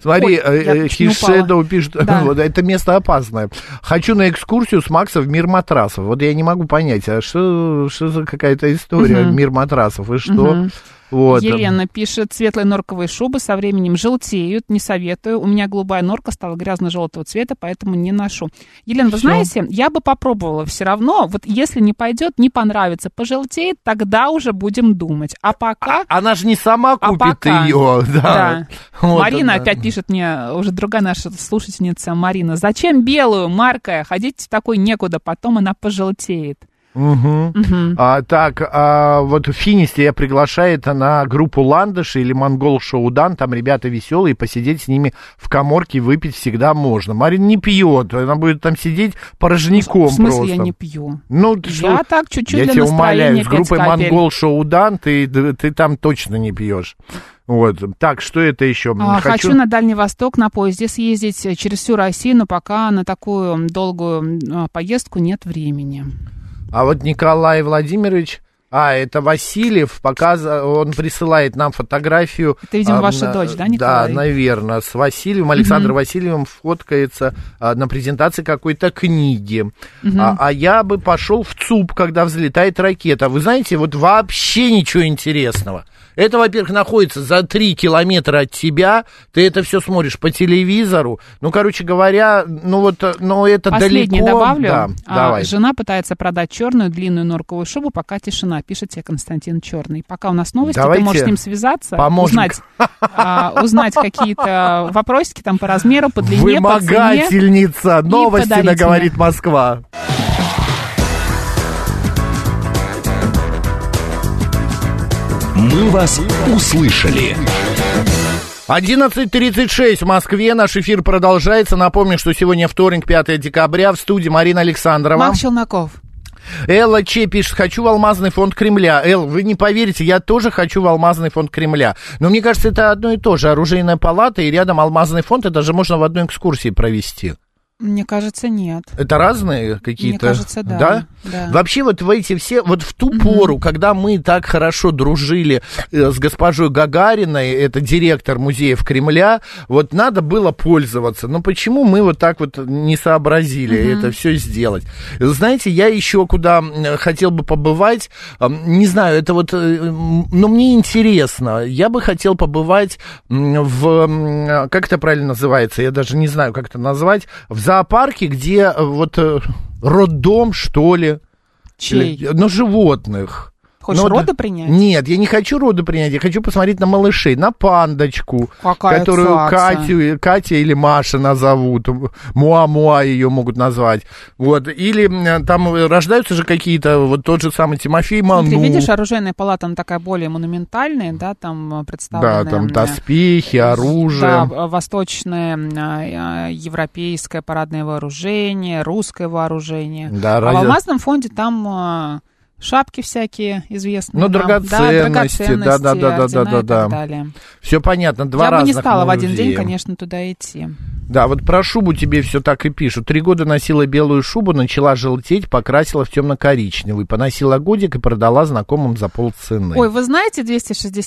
S3: Смотри,
S1: Ой, я
S3: э, э,
S1: чуть не
S3: His
S1: упала.
S3: Shadow пишет,
S1: Да.
S3: вот это место опасное. Хочу на экскурсию с Макса в мир матрасов. Вот я не могу понять, а что, что за какая-то история
S1: Мгм.
S3: мир матрасов и что?
S1: Мгм.
S3: Вот.
S1: Елена пишет, светлые норковые шубы со временем желтеют, не советую. У меня голубая норка стала грязно-желтого цвета, поэтому не ношу. Елена, вы
S3: Всё.
S1: знаете, я бы попробовала все равно. Вот если не пойдет, не понравится, пожелтеет, тогда уже будем думать. А пока...
S3: Она же не сама
S1: А
S3: купит
S1: пока.
S3: ее. Да.
S1: Да.
S3: Вот
S1: Марина
S3: она.
S1: опять пишет мне, уже другая наша слушательница Марина, зачем белую, маркая, ходить в такой некуда, потом она пожелтеет.
S3: Мгм. А, так, а, вот в Финисте я приглашает на группу Ландыши или Монгол Шоудан. Там ребята веселые, посидеть с ними в коморке, выпить всегда можно. Марина не пьет, она будет там сидеть порожняком
S1: в смысле,
S3: просто.
S1: я не пью.
S3: Ну, ты
S1: Я
S3: что?
S1: так чуть-чуть
S3: Я
S1: для
S3: тебя
S1: настроения
S3: умоляю, с
S1: пять
S3: группой
S1: капель.
S3: Монгол Шоудан ты, ты там точно не пьешь. Вот. Так, что это еще?
S1: А, Хочу... на Дальний Восток на поезде съездить э, через всю Россию, но пока на такую м, долгую м, а, поездку нет времени.
S3: А вот Николай Владимирович... А, это Васильев, показ... он присылает нам фотографию.
S1: Это, видимо,
S3: а,
S1: ваша
S3: на-
S1: дочь, да,
S3: Да,
S1: Николай?
S3: наверное, с Васильевым, Александром Васильевым фоткается а, на презентации какой-то книги. А, а я бы пошел в ЦУП, когда взлетает ракета. Вы знаете, вот вообще ничего интересного. Это, во-первых, находится за 3 километра от тебя, ты это все смотришь по телевизору. Ну, короче говоря, ну вот, э, ну это
S1: Последнее
S3: далеко.
S1: добавлю.
S3: Да,
S1: А,
S3: давай.
S1: Жена пытается продать черную длинную норковую шубу, пока тишина, пишет тебе Константин Черный. Пока у нас новости,
S3: Давайте
S1: ты можешь с ним связаться,
S3: поможем.
S1: узнать, а, узнать какие-то вопросики там по размеру, по длине, по цене.
S3: Вымогательница. Новости
S1: подарите
S3: наговорит Москва.
S2: «Мы вас услышали».
S3: 11.36 в Москве. Наш эфир продолжается. Напомню, что сегодня вторник, 5 декабря. В студии Марина Александрова.
S1: Макс Челноков.
S3: Элла Че пишет, хочу в алмазный фонд Кремля. Эл, вы не поверите, я тоже хочу в алмазный фонд Кремля. Но мне кажется, это одно и то же. Оружейная палата и рядом алмазный фонд. Это же можно в одной экскурсии провести.
S1: Мне кажется, нет.
S3: Это разные какие-то?
S1: Мне кажется, да. Да.
S3: Вообще вот в эти все, вот в ту пору, когда мы так хорошо дружили э, с госпожой Гагариной, это директор музеев Кремля, вот надо было пользоваться. Но почему мы вот так вот не сообразили это все сделать? Знаете, я еще куда м, хотел бы побывать, эм, не знаю, это вот, э, м, но мне интересно, я бы хотел побывать м, в, м, э, как это правильно называется, я даже не знаю, как это назвать, в зоопарке, где э, вот э, роддом, что ли,
S1: Чей?
S3: или- ну, животных.
S1: Хочешь
S3: Ну, да.
S1: роды принять?
S3: Нет, я не хочу роды принять, я хочу посмотреть на малышей, на пандочку,
S1: Какая
S3: которую
S1: цаца.
S3: Катю, и- Катя или Маша назовут, Муа-Муа ее могут назвать. Вот. Или м, там рождаются же какие-то, вот тот же самый Тимофей Ману.
S1: Смотри, видишь, оружейная палата, она такая более монументальная, да, там э, представлены...
S3: да, там
S1: э,
S3: доспехи, оружие.
S1: Да, в- э, восточное, м, а, э, европейское парадное вооружение, русское вооружение.
S3: Да,
S1: а в
S3: ради-
S1: алмазном фонде там а, шапки всякие известные.
S3: Ну,
S1: нам.
S3: драгоценности,
S1: да,
S3: да, да, да, да,
S1: ордена
S3: да,
S1: и так
S3: да.
S1: далее.
S3: Все понятно, два
S1: Я бы не
S3: разных
S1: стала в один день,
S3: музея.
S1: конечно, туда идти.
S3: Да, вот про шубу тебе все так и пишут. Три года носила белую шубу, начала желтеть, покрасила в темно-коричневый, поносила годик и продала знакомым за полцены.
S1: Ой, вы знаете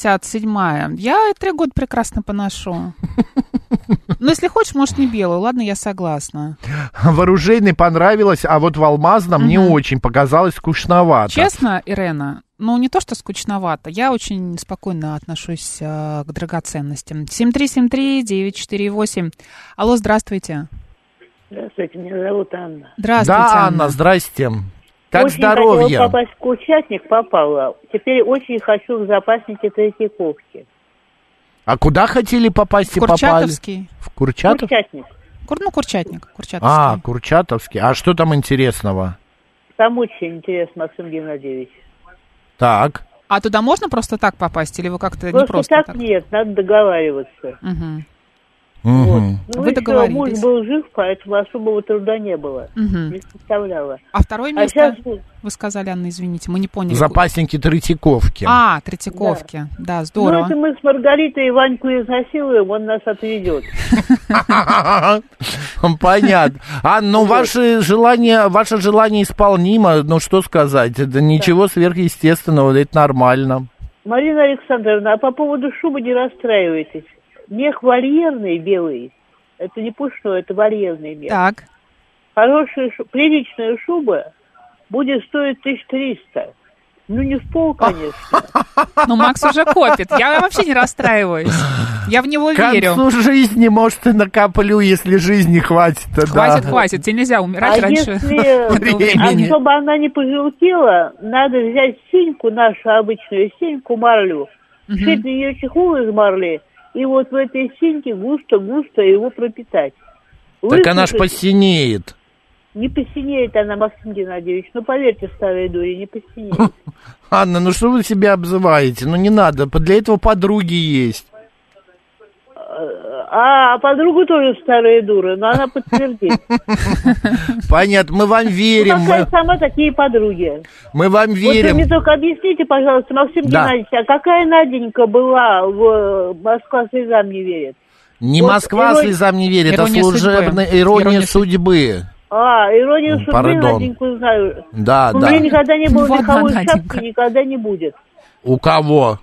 S1: 267-я? Я и три года прекрасно поношу. Ну, если хочешь, может, не белую. Ладно, я согласна.
S3: В оружейной понравилось, а вот в алмазном не очень, показалось скучновато.
S1: Честно, Ирена, ну не то, что скучновато. Я очень спокойно отношусь э, к драгоценностям. 7373-948. Алло, здравствуйте.
S4: Здравствуйте, меня зовут Анна.
S1: Здравствуйте,
S3: Да, Анна, здрасте. Как
S4: очень
S3: здоровье?
S4: хотела попасть в участник, попала. Теперь очень хочу в запасники Третьяковки.
S3: А куда хотели попасть и попали?
S1: Курчатовский.
S3: В Курчатов?
S4: Участник.
S1: Кур- ну, Курчатник. Курчатовский.
S3: А, Курчатовский. А что там интересного?
S4: Там очень интересно, Максим Геннадьевич.
S3: Так.
S1: А туда можно просто так попасть? Или вы как-то не
S4: Просто,
S1: просто
S4: так,
S1: так?
S4: нет, надо договариваться.
S1: Мгм.
S3: Мгм.
S4: Ну,
S1: Вы
S4: ещё
S1: договорились.
S4: муж был жив, поэтому особого труда не было.
S1: Мгм.
S4: Не составляла.
S1: А второе
S4: А
S1: место,
S4: сейчас
S1: вы сказали, Анна, извините, мы не поняли.
S3: Запасники Третьяковки.
S1: А, Третьяковки. Да, здорово.
S4: Ну, это мы с Маргаритой Ваньку изнасилуем, он нас отведет.
S3: Понятно. А, ну ваше желание, ваше желание исполнимо, ну что сказать, это ничего сверхъестественного, это нормально.
S4: Марина Александровна, а по поводу шубы не расстраивайтесь. Мех вольерный белый. Это не пушной, это вольерный мех.
S1: Так.
S4: Хорошая, шу- приличная шуба будет стоить 1300. Ну, не в пол, конечно.
S1: Ну, Макс уже копит. Я вообще не расстраиваюсь. Я в него
S3: К
S1: верю.
S3: концу жизни, может, и накоплю, если жизни хватит. да.
S1: Хватит, хватит, тебе нельзя умирать
S4: а
S1: раньше. этого
S4: если, а
S1: времени.
S4: чтобы она не пожелтела, надо взять синьку, нашу обычную синьку, марлю, шить на нее чехол из марли, и вот в этой синьке густо-густо его пропитать.
S3: Так она ж
S4: Высушить-
S3: посинеет.
S4: Не посинеет она, Максим Геннадьевич. Ну, поверьте, старые дури, не посинеет.
S3: Анна, ну что вы себя обзываете? Ну не надо, по- для этого подруги есть.
S4: А подругу тоже старая дура, но она подтвердит.
S3: Понятно, мы вам верим,
S4: Ну, какая
S3: мы,
S4: сама такие подруги.
S3: мы вам
S4: Вот вы мне
S3: верим.
S4: только объясните, пожалуйста, Максим
S3: Да.
S4: Геннадьевич, а какая Наденька была в э, «Москва слезам не верит»?
S3: Не
S4: вот
S3: Москва
S4: ирония-
S3: слезам не верит, а
S1: Ирония судьбы.
S3: служебная
S1: Ирония
S3: ирония судьбы.
S4: А, «Ирония судьбы»
S3: Пардон.
S4: Наденьку знаю.
S3: Да,
S4: У
S3: да.
S4: меня никогда не было
S1: Ну, Вот
S4: меховой
S1: она, Наденька.
S4: шапки, никогда не будет.
S3: У кого?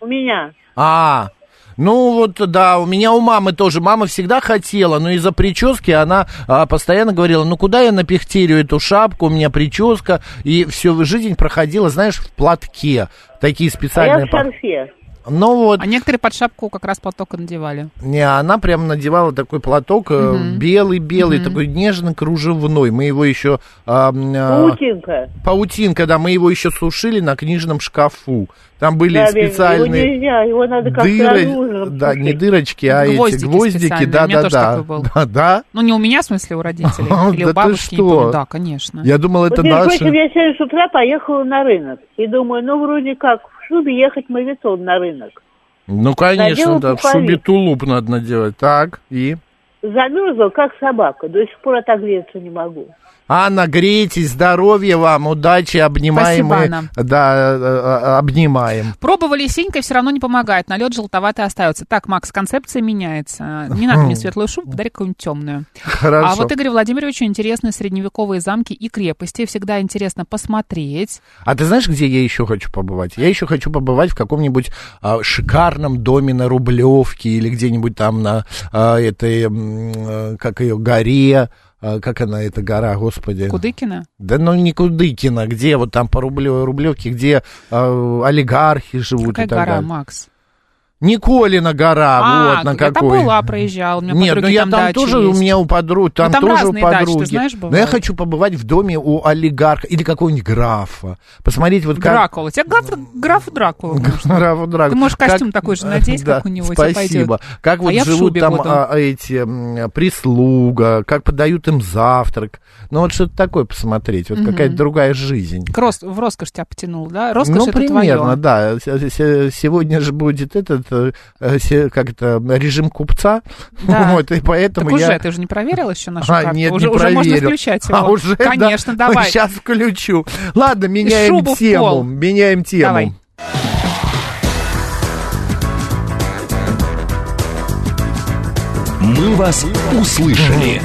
S4: У меня.
S3: А, ну вот, да, у меня у мамы тоже. Мама всегда хотела, но из-за прически она а, постоянно говорила, ну куда я напихтерю эту шапку, у меня прическа. И всю жизнь проходила, знаешь, в платке. Такие
S4: А я
S3: специальные...
S4: в
S3: пла-
S4: шарфе.
S3: Ну вот,
S1: А некоторые под шапку как раз платок и надевали.
S3: не, она прям надевала такой платок э, белый-белый, такой нежно-кружевной. Мы его еще... а, м, а,
S4: Паутинка.
S3: паутинка, да, мы его еще сушили на книжном шкафу. Там были
S4: Да, Вень, Его
S3: специальные
S4: нельзя, его надо как-то
S3: дыры,
S4: оружием
S3: да,
S4: сушить.
S3: не дырочки, а эти
S1: Гвоздики
S3: гвоздики,
S1: специальные.
S3: да,
S1: У меня
S3: да,
S1: тоже
S3: да,
S1: такой был.
S3: да, да.
S1: Ну, не у меня, в смысле, у родителей. Или
S3: Да
S1: у
S3: ты
S1: бабушки. не
S3: что?
S1: помню. Да, конечно.
S3: Я думал, это
S4: Вот, между прочим,
S3: наши.
S4: я сегодня с утра поехала на рынок. И думаю, ну, вроде как, в шубе ехать мавитон на рынок.
S3: Ну, конечно,
S4: надела
S3: да, в
S4: пуховик.
S3: шубе тулуп надо наделать. Так, и?
S4: Замерзла, как собака. До сих пор отогреться не могу.
S3: Анна, грейтесь, А, здоровья вам, удачи, обнимаем.
S1: Спасибо,
S3: и-
S1: Анна.
S3: Да, э, э, обнимаем.
S1: Пробовали синькой, все равно не помогает. Налет желтоватый остается. Так, Макс, концепция меняется. Не надо мне светлую шубу, подари какую-нибудь темную.
S3: Хорошо.
S1: А вот Игорю Владимировичу интересны средневековые замки и крепости. Всегда интересно посмотреть.
S3: А ты знаешь, где я еще хочу побывать? Я еще хочу побывать в каком-нибудь а, шикарном доме на Рублевке или где-нибудь там на а, этой, м, э, как ее, горе. А, как она, эта гора, господи?
S1: Кудыкина?
S3: Да ну не Кудыкина, где вот там по Рубле- Рублевке, где а, олигархи живут
S1: Какая
S3: и так
S1: гора,
S3: далее.
S1: Макс? А,
S3: Николина гора, вот на
S1: я
S3: какой.
S1: там была, проезжала. У меня
S3: Нет,
S1: подруги
S3: ну я там,
S1: дача
S3: тоже, у
S1: есть. Ну,
S3: меня у подруги, там,
S1: там
S3: тоже у
S1: разные дачи, ты
S3: подруги.
S1: знаешь,
S3: Но я
S1: бывают.
S3: хочу побывать в доме у олигарха или какого-нибудь графа. Посмотреть вот как...
S1: Дракула. Тебя граф, граф Дракула. может.
S3: Графа Дракула.
S1: Ты можешь
S3: Как-
S1: костюм такой же надеть,
S3: Да,
S1: как у него, и тебе
S3: Спасибо. Как вот
S1: А я в
S3: живут
S1: шубе
S3: там
S1: буду.
S3: а, а, эти м, прислуга, как подают им завтрак. Ну вот что-то такое посмотреть, вот какая-то другая жизнь.
S1: К рос- в роскошь тебя потянул, да? Роскошь
S3: ну,
S1: это твое.
S3: примерно, да. Се- се- Сегодня же будет этот, э, э, се- как это, режим купца.
S1: Да.
S3: Вот, и поэтому
S1: Так
S3: я...
S1: уже, ты же не проверил еще нашу
S3: А,
S1: карту?
S3: нет,
S1: уже,
S3: не
S1: уже можно
S3: проверил.
S1: включать его.
S3: А уже,
S1: Конечно, давай.
S3: Сейчас включу. Ладно, меняем
S1: шубу в
S3: тему.
S1: пол.
S3: Меняем тему.
S1: Давай.
S2: «Мы вас услышали».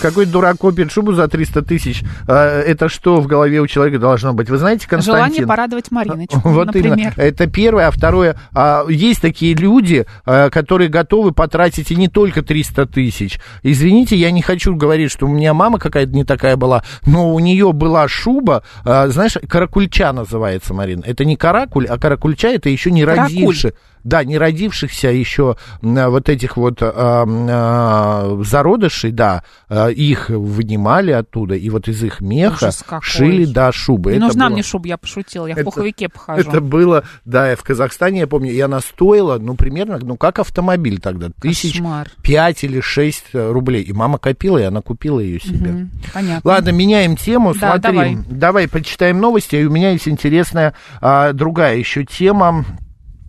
S3: Какой дурак купит шубу за 300 тысяч? А, Это что в голове у человека должно быть? Вы знаете,
S1: Желание
S3: Константин?
S1: порадовать Мариночку,
S3: Вот именно.
S1: например.
S3: Это первое. А второе, а, есть такие люди, а, которые готовы потратить и не только 300 тысяч. Извините, я не хочу говорить, что у меня мама какая-то не такая была, но у нее была шуба, а, знаешь, каракульча называется, Марин. Это не каракуль, а каракульча это еще не
S1: Каракуль.
S3: родивши- Да, не родившихся еще м, э, вот этих вот а, м, а, зародышей, да, а, их вынимали оттуда, и вот из их меха
S1: Ужас какой.
S3: шили, да, шубы.
S1: Не
S3: Это
S1: нужна
S3: было-
S1: мне шуба, я пошутила. Я
S3: Это-
S1: в пуховике похожу.
S3: это было, да, в Казахстане, я помню, и она стоила, ну, примерно, ну, как автомобиль тогда, тысяч
S1: Кошмар.
S3: пять или шесть э, рублей. И мама копила, и она купила ее себе.
S1: Мгм, Понятно.
S3: Ладно, меняем тему,
S1: Да,
S3: смотри.
S1: давай.
S3: давай почитаем новости, и у меня есть интересная а, другая еще тема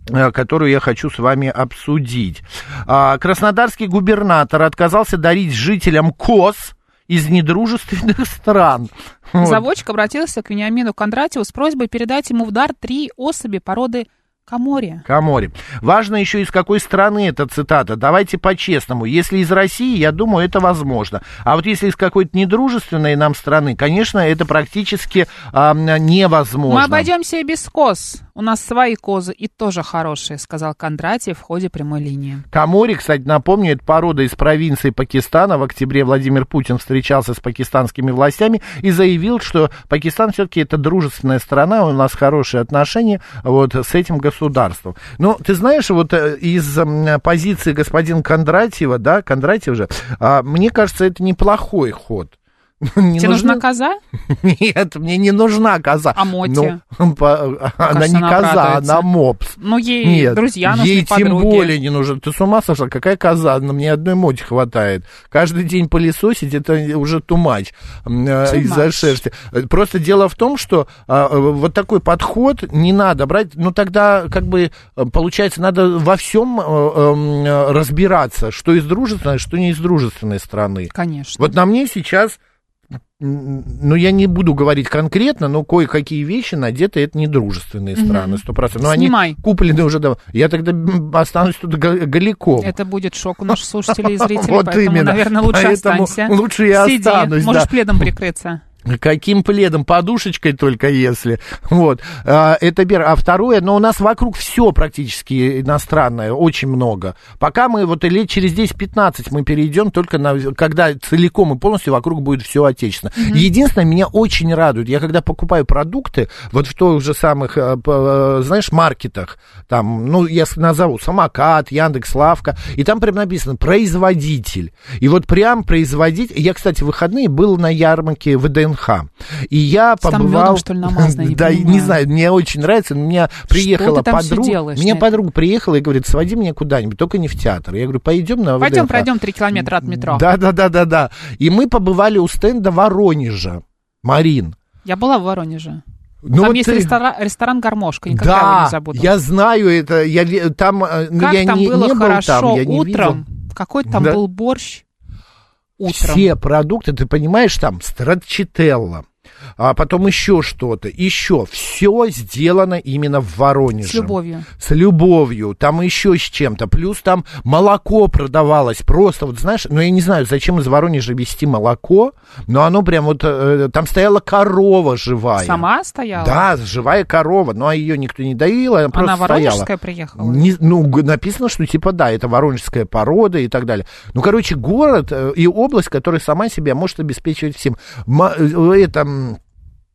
S3: э, которую я хочу с вами обсудить. А, Краснодарский губернатор отказался дарить жителям коз из недружественных стран. Вот.
S1: Заводчик обратился к Вениамину Кондратьеву с просьбой передать ему в дар три особи породы Камория.
S3: Камори. Важно еще из какой страны эта цитата. Давайте по-честному. Если из России, я думаю, это возможно. А вот если из какой-то недружественной нам страны, конечно, это практически а, м, невозможно.
S1: Мы обойдемся и без коз. У нас свои козы и тоже хорошие, сказал Кондратьев в ходе прямой линии.
S3: Камори, кстати, напомню, это порода из провинции Пакистана. В октябре Владимир Путин встречался с пакистанскими властями и заявил, что Пакистан все-таки это дружественная страна, у нас хорошие отношения вот с этим государством. Но ты знаешь, вот э, из м, позиции господина Кондратьева, да, Кондратьев же, а, мне кажется, это неплохой ход. Не
S1: Тебе
S3: нужно-
S1: нужна коза?
S3: Нет, мне не нужна коза.
S1: А Моти?
S3: Ну, по- она
S1: кажется,
S3: не
S1: она
S3: коза,
S1: обрадуется.
S3: она мопс.
S1: Ну, ей
S3: Нет,
S1: друзья нужны,
S3: ей тем
S1: подруги.
S3: более не нужен. Ты с ума сошла? Какая коза? На мне одной моти хватает. Каждый день пылесосить, это уже тумач
S1: Too
S3: э, из-за
S1: much.
S3: шерсти. Э, Просто дело в том, что а, э, вот такой подход не надо брать. Ну, тогда, как бы, э, получается, надо во всем э, эм, э, разбираться, что из дружественной, что не из дружественной страны.
S1: Конечно.
S3: Вот на мне сейчас... м, Ну, я не буду говорить конкретно, но кое-какие вещи надеты, это не дружественные страны, сто процентов. Но они
S1: Снимай.
S3: куплены уже давно. Я тогда м, останусь тут га- голиком.
S1: Это будет шок у наших слушателей и зрителей,
S3: Вот
S1: поэтому,
S3: именно.
S1: наверное, лучше
S3: Поэтому
S1: останься.
S3: лучше я
S1: Сиди,
S3: останусь, да.
S1: можешь пледом прикрыться.
S3: Каким пледом? Подушечкой только если. Вот. А, Это первое. А второе, но у нас вокруг все практически иностранное, очень много. Пока мы вот лет через 10-15 мы перейдем только на... Когда целиком и полностью вокруг будет все отечественно. Единственное, меня очень радует. Я когда покупаю продукты, вот в тех же самых, э, п- э, знаешь, маркетах, там, ну, я с- назову самокат, Яндекс, Лавка, и там прям написано производитель. И вот прям производитель. Я, кстати, в выходные был на ярмарке ВДНХ. И я
S1: там
S3: побывал...
S1: медом, что ли, намазано? Я не
S3: Да, не
S1: понимаю.
S3: знаю, мне очень нравится. но У меня приехала
S1: ты там всё
S3: подруга.
S1: делаешь
S3: Меня
S1: на
S3: подруга приехала и говорит, своди меня куда-нибудь, только не в театр. Я говорю, пойдем на ВДНХ.
S1: Пойдем пройдем 3 километра от метро.
S3: Да, да, да, да, да. И мы побывали у стенда Воронежа. Марин.
S1: Я была в Воронеже.
S3: Ну,
S1: там
S3: вот
S1: есть
S3: ты-
S1: ресторан, ресторан «Гармошка», никогда его
S3: Да,
S1: не забуду.
S3: я знаю это. Я ве- там, э, ну,
S1: Как
S3: я
S1: там
S3: не,
S1: было
S3: не был
S1: хорошо
S3: там, я не
S1: утром, какой там
S3: Да.
S1: был борщ
S3: видел.
S1: утром.
S3: Все продукты, ты понимаешь, там страчителла, а потом еще что-то, еще. Все сделано именно в Воронеже.
S1: С любовью.
S3: с любовью, там еще с чем-то. Плюс там молоко продавалось просто, вот знаешь, ну я не знаю, зачем из Воронежа вести молоко, но оно прям вот, э, там стояла корова живая.
S1: Сама стояла?
S3: Да, живая корова, но ее никто не доил, она просто
S1: Она
S3: стояла.
S1: воронежская приехала?
S3: Не- ну, г- написано, что типа да, это воронежская порода и так далее. Ну, короче, город э, и область, которая сама себя может обеспечивать всем. Ма- э, это м,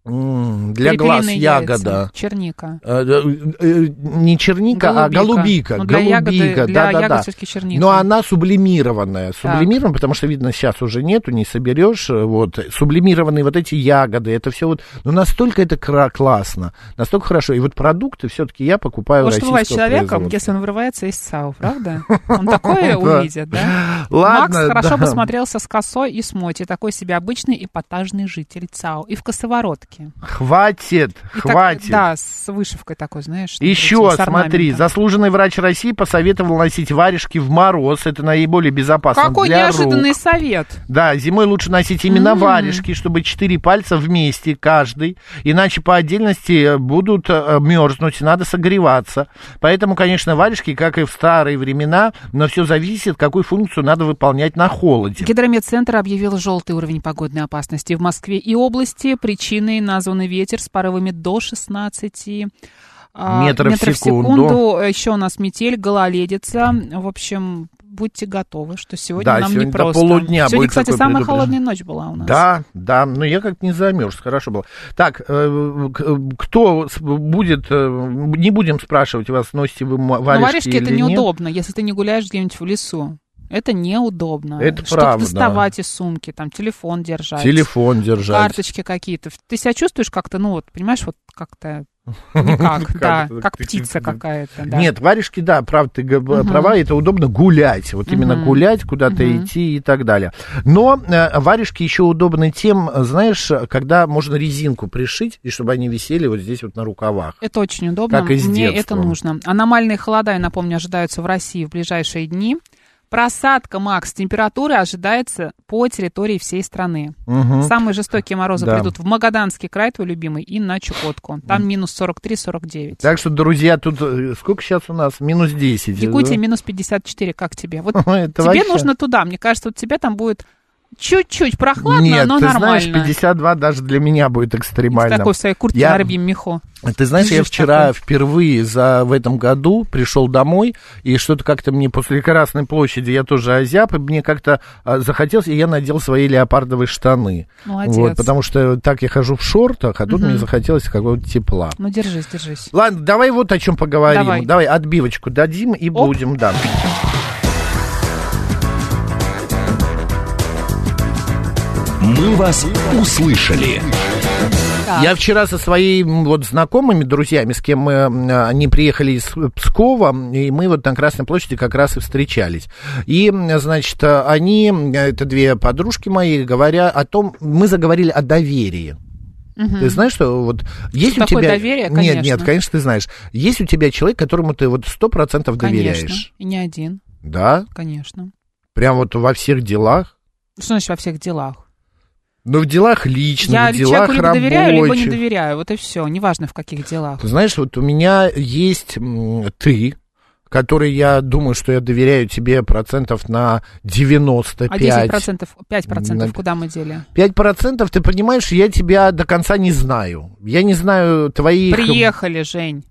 S3: м, для глаз
S1: Перепелиные
S3: ягода.
S1: яйца, черника.
S3: Э, э, э, не черника, а голубика.
S1: Ну, для ягоды-
S3: голубика, Ну, а
S1: для
S3: да, да,
S1: ягод
S3: да.
S1: всё-таки черника.
S3: Но она сублимированная. Сублимированная, потому что, видно, сейчас уже нету, не соберешь. э, Вот. Сублимированные вот эти ягоды, это все вот... Ну, настолько это кра- классно, настолько хорошо. И вот продукты все-таки я покупаю
S1: Вот что бывает с
S3: российского
S1: человеком,
S3: производства.
S1: если он вырывается из САУ, правда? Он такое увидит, да? Макс
S3: Ладно,
S1: хорошо
S3: да.
S1: посмотрелся с косой и с моти. Такой себе обычный эпатажный житель ЦАУ. И в косоворотке.
S3: Хватит,
S1: И так-
S3: хватит.
S1: Да, с вышивкой такой, знаешь. что
S3: Еще,
S1: такое, с
S3: смотри,
S1: орнаментом.
S3: заслуженный врач России посоветовал носить варежки в мороз. Это наиболее безопасно
S1: Какой
S3: для рук.
S1: неожиданный совет.
S3: Да, зимой лучше носить именно варежки, чтобы четыре пальца вместе каждый, иначе по отдельности э, будут э, мерзнуть, надо согреваться. Поэтому, конечно, варежки, как и в старые времена, но все зависит, какую функцию надо выполнять на холоде.
S1: Гидрометцентр объявил желтый уровень погодной опасности в Москве и области. Причиной названы ветер с порывами до 16 а,
S3: Метров в секунду.
S1: Еще у нас метель, гололедица. В общем, будьте готовы, что сегодня
S3: Да,
S1: нам
S3: сегодня до
S1: непросто.
S3: полудня
S1: сегодня,
S3: будет
S1: кстати,
S3: такое
S1: самая
S3: предупреждение.
S1: холодная ночь была у нас.
S3: Да, да, но я как-то не замерз, хорошо было. Так, э, к- кто с- будет, э, не будем спрашивать вас, носите вы ма-
S1: Но
S3: варежки,
S1: варежки
S3: или
S1: это
S3: нет.
S1: неудобно, если ты не гуляешь где-нибудь в лесу. Это неудобно.
S3: Это
S1: Что-то
S3: правда.
S1: доставать из сумки, там телефон держать.
S3: Телефон держать.
S1: карточки какие-то. Ты себя чувствуешь как-то, ну вот, понимаешь, вот как-то никак, да,
S3: Как-то
S1: как
S3: ты-
S1: птица какая-то. да.
S3: Нет, варежки, да, прав, ты г- э, права, это удобно гулять. Вот именно гулять, куда-то идти и так далее. Но э, варежки еще удобны тем, э, знаешь, когда можно резинку пришить, и чтобы они висели вот здесь вот на рукавах.
S1: Это очень удобно.
S3: Как из
S1: Мне
S3: детства.
S1: это нужно. Аномальные холода, я напомню, ожидаются в России в ближайшие дни. Просадка, Макс, температуры ожидается по территории всей страны. Самые жестокие морозы
S3: Да.
S1: придут в Магаданский край, твой любимый, и на Чукотку. Там минус 43-49.
S3: Так что, друзья, тут э, сколько сейчас у нас? Минус 10.
S1: Якутия
S3: да?
S1: минус 54, как тебе? Вот
S3: Это
S1: тебе
S3: вообще-
S1: нужно туда. Мне кажется, вот тебе там будет чуть-чуть прохладно,
S3: Нет,
S1: но
S3: ты
S1: нормально.
S3: знаешь, 52 даже для меня будет
S1: С
S3: экстремально.
S1: такой своей курткой
S3: Я-
S1: на рыбьем меху.
S3: Ты знаешь, я
S1: Жуть
S3: вчера
S1: такой.
S3: впервые за в этом году пришел домой, и что-то как-то мне после Красной площади я тоже озяб, и мне как-то а, захотелось, и я надел свои леопардовые штаны.
S1: Молодец.
S3: Вот, потому что так я хожу в шортах, а тут мне захотелось какого-то тепла.
S1: Ну, держись, держись.
S3: Ладно, давай вот о чем поговорим.
S1: Давай.
S3: отбивочку дадим и будем, да.
S2: «Мы вас услышали».
S3: Я вчера со своими вот знакомыми, друзьями, с кем мы, м, э, они приехали из Пскова, и мы вот на Красной площади как раз и встречались. И, м, значит, э, они, м, это две подружки мои, говоря о том, мы заговорили о доверии. Ты знаешь, что вот есть
S1: Что
S3: у
S1: такое
S3: тебя...
S1: доверие,
S3: Нет, нет,
S1: конечно.
S3: конечно, ты знаешь. Есть у тебя человек, которому ты вот сто процентов
S1: Конечно.
S3: доверяешь.
S1: И не один,
S3: Да?
S1: конечно.
S3: Прям вот во всех делах.
S1: Что значит во всех делах?
S3: Ну, в делах личных,
S1: Я
S3: в делах
S1: человеку либо доверяю, либо не
S3: рабочих.
S1: доверяю. Вот и все. Неважно, в каких делах.
S3: Ты знаешь, вот у меня есть м, ты, которой я думаю, что я доверяю тебе процентов на 95.
S1: А 10%, 5%
S3: На-
S1: куда мы дели?
S3: 5% ты понимаешь, я тебя до конца не знаю. Я не знаю твоих...
S1: Приехали, Жень.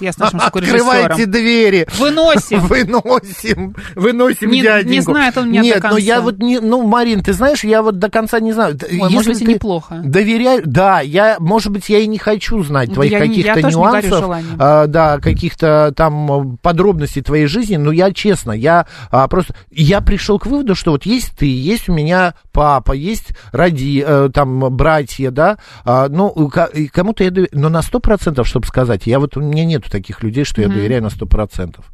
S1: Я с нашим
S3: Открывайте
S1: звукорежиссером.
S3: двери.
S1: Выносим.
S3: Выносим, выносим
S1: Не- не
S3: дяденьку.
S1: знает он меня до
S3: Нет, но я
S1: конца.
S3: вот не, ну, Марин, ты знаешь, я вот до конца не знаю. Т-
S1: Ой,
S3: если
S1: может быть, и
S3: ты
S1: неплохо.
S3: Доверяю, да, я, может быть, я и не хочу знать
S1: Ну,
S3: твоих
S1: я не- я
S3: каких-то
S1: тоже не горю
S3: нюансов,
S1: желанием.
S3: а, да, каких-то там э, подробностей твоей жизни, но я честно, я а, просто, я пришел к выводу, что вот есть ты, есть у меня папа, есть роди, э, там, братья, да, а, ну, у ка- и кому-то я доверяю, но на сто процентов, чтобы сказать, я вот, у меня нету таких людей, что я доверяю на сто процентов.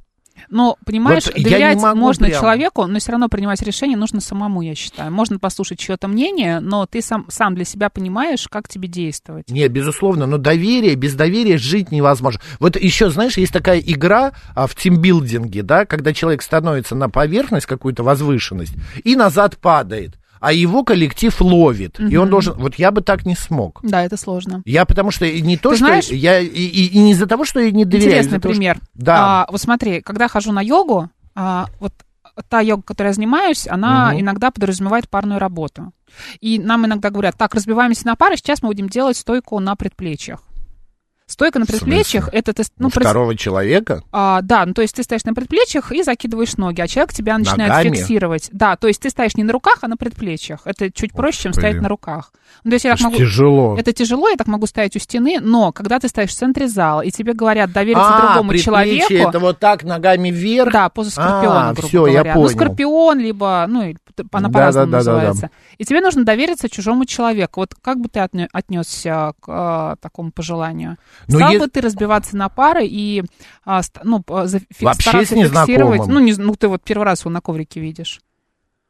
S1: Но, понимаешь,
S3: Вот я не
S1: доверять
S3: могу
S1: можно
S3: прям.
S1: человеку, но все равно принимать решение нужно самому, я считаю. Можно послушать чье-то мнение, но ты сам, сам для себя понимаешь, как тебе действовать.
S3: Нет, безусловно, но доверие, без доверия жить невозможно. Вот еще, знаешь, есть такая игра а, в тимбилдинге, да, когда человек становится на поверхность, какую-то возвышенность, и назад падает, а его коллектив ловит. И он должен... Вот я бы так не смог.
S1: Да, это сложно.
S3: Я потому что не то,
S1: Ты
S3: что...
S1: знаешь-
S3: Я, и, и- и не из-за того, что я не доверяю.
S1: Интересный
S3: из-за того,
S1: пример.
S3: что- Да.
S1: А, вот смотри, когда хожу на йогу, а, вот та йога, которой я занимаюсь, она
S3: Мгм.
S1: иногда подразумевает парную работу. И нам иногда говорят, так, разбиваемся на пары, сейчас мы будем делать стойку на предплечьях. Стойка на
S3: В смысле?
S1: предплечьях это ты... с-
S3: Ну,
S1: Ну, пред-
S3: второго человека?
S1: а, да, ну то есть ты стоишь на предплечьях и закидываешь ноги, а человек тебя начинает
S3: Ногами?
S1: фиксировать. Да, то есть ты стоишь не на руках, а на предплечьях. Это чуть проще, чем стоять
S3: блин.
S1: на руках. Ну, то есть я так
S3: Это ж
S1: могу...
S3: Тяжело.
S1: Это тяжело, я так могу стоять у стены, но когда ты стоишь в центре зала, и тебе говорят довериться
S3: а,
S1: другому
S3: предплечье
S1: человеку...
S3: это вот так, ногами вверх.
S1: Да, поза скорпиона,
S3: А,
S1: грубо
S3: всё, я
S1: говоря. Ну,
S3: понял.
S1: скорпион, либо, ну, и т- она
S3: Да,
S1: по-разному
S3: да, да, да, да.
S1: называется. И тебе нужно довериться чужому человеку. Вот как бы ты отне- отнесся к а, такому пожеланию?
S3: Ну,
S1: Стал
S3: е-
S1: бы ты разбиваться на пары и а, ст- ну, а, зафи-
S3: Вообще
S1: стараться
S3: с незнакомым?
S1: фиксировать? Ну, не з- ну, ты вот первый раз его на коврике видишь.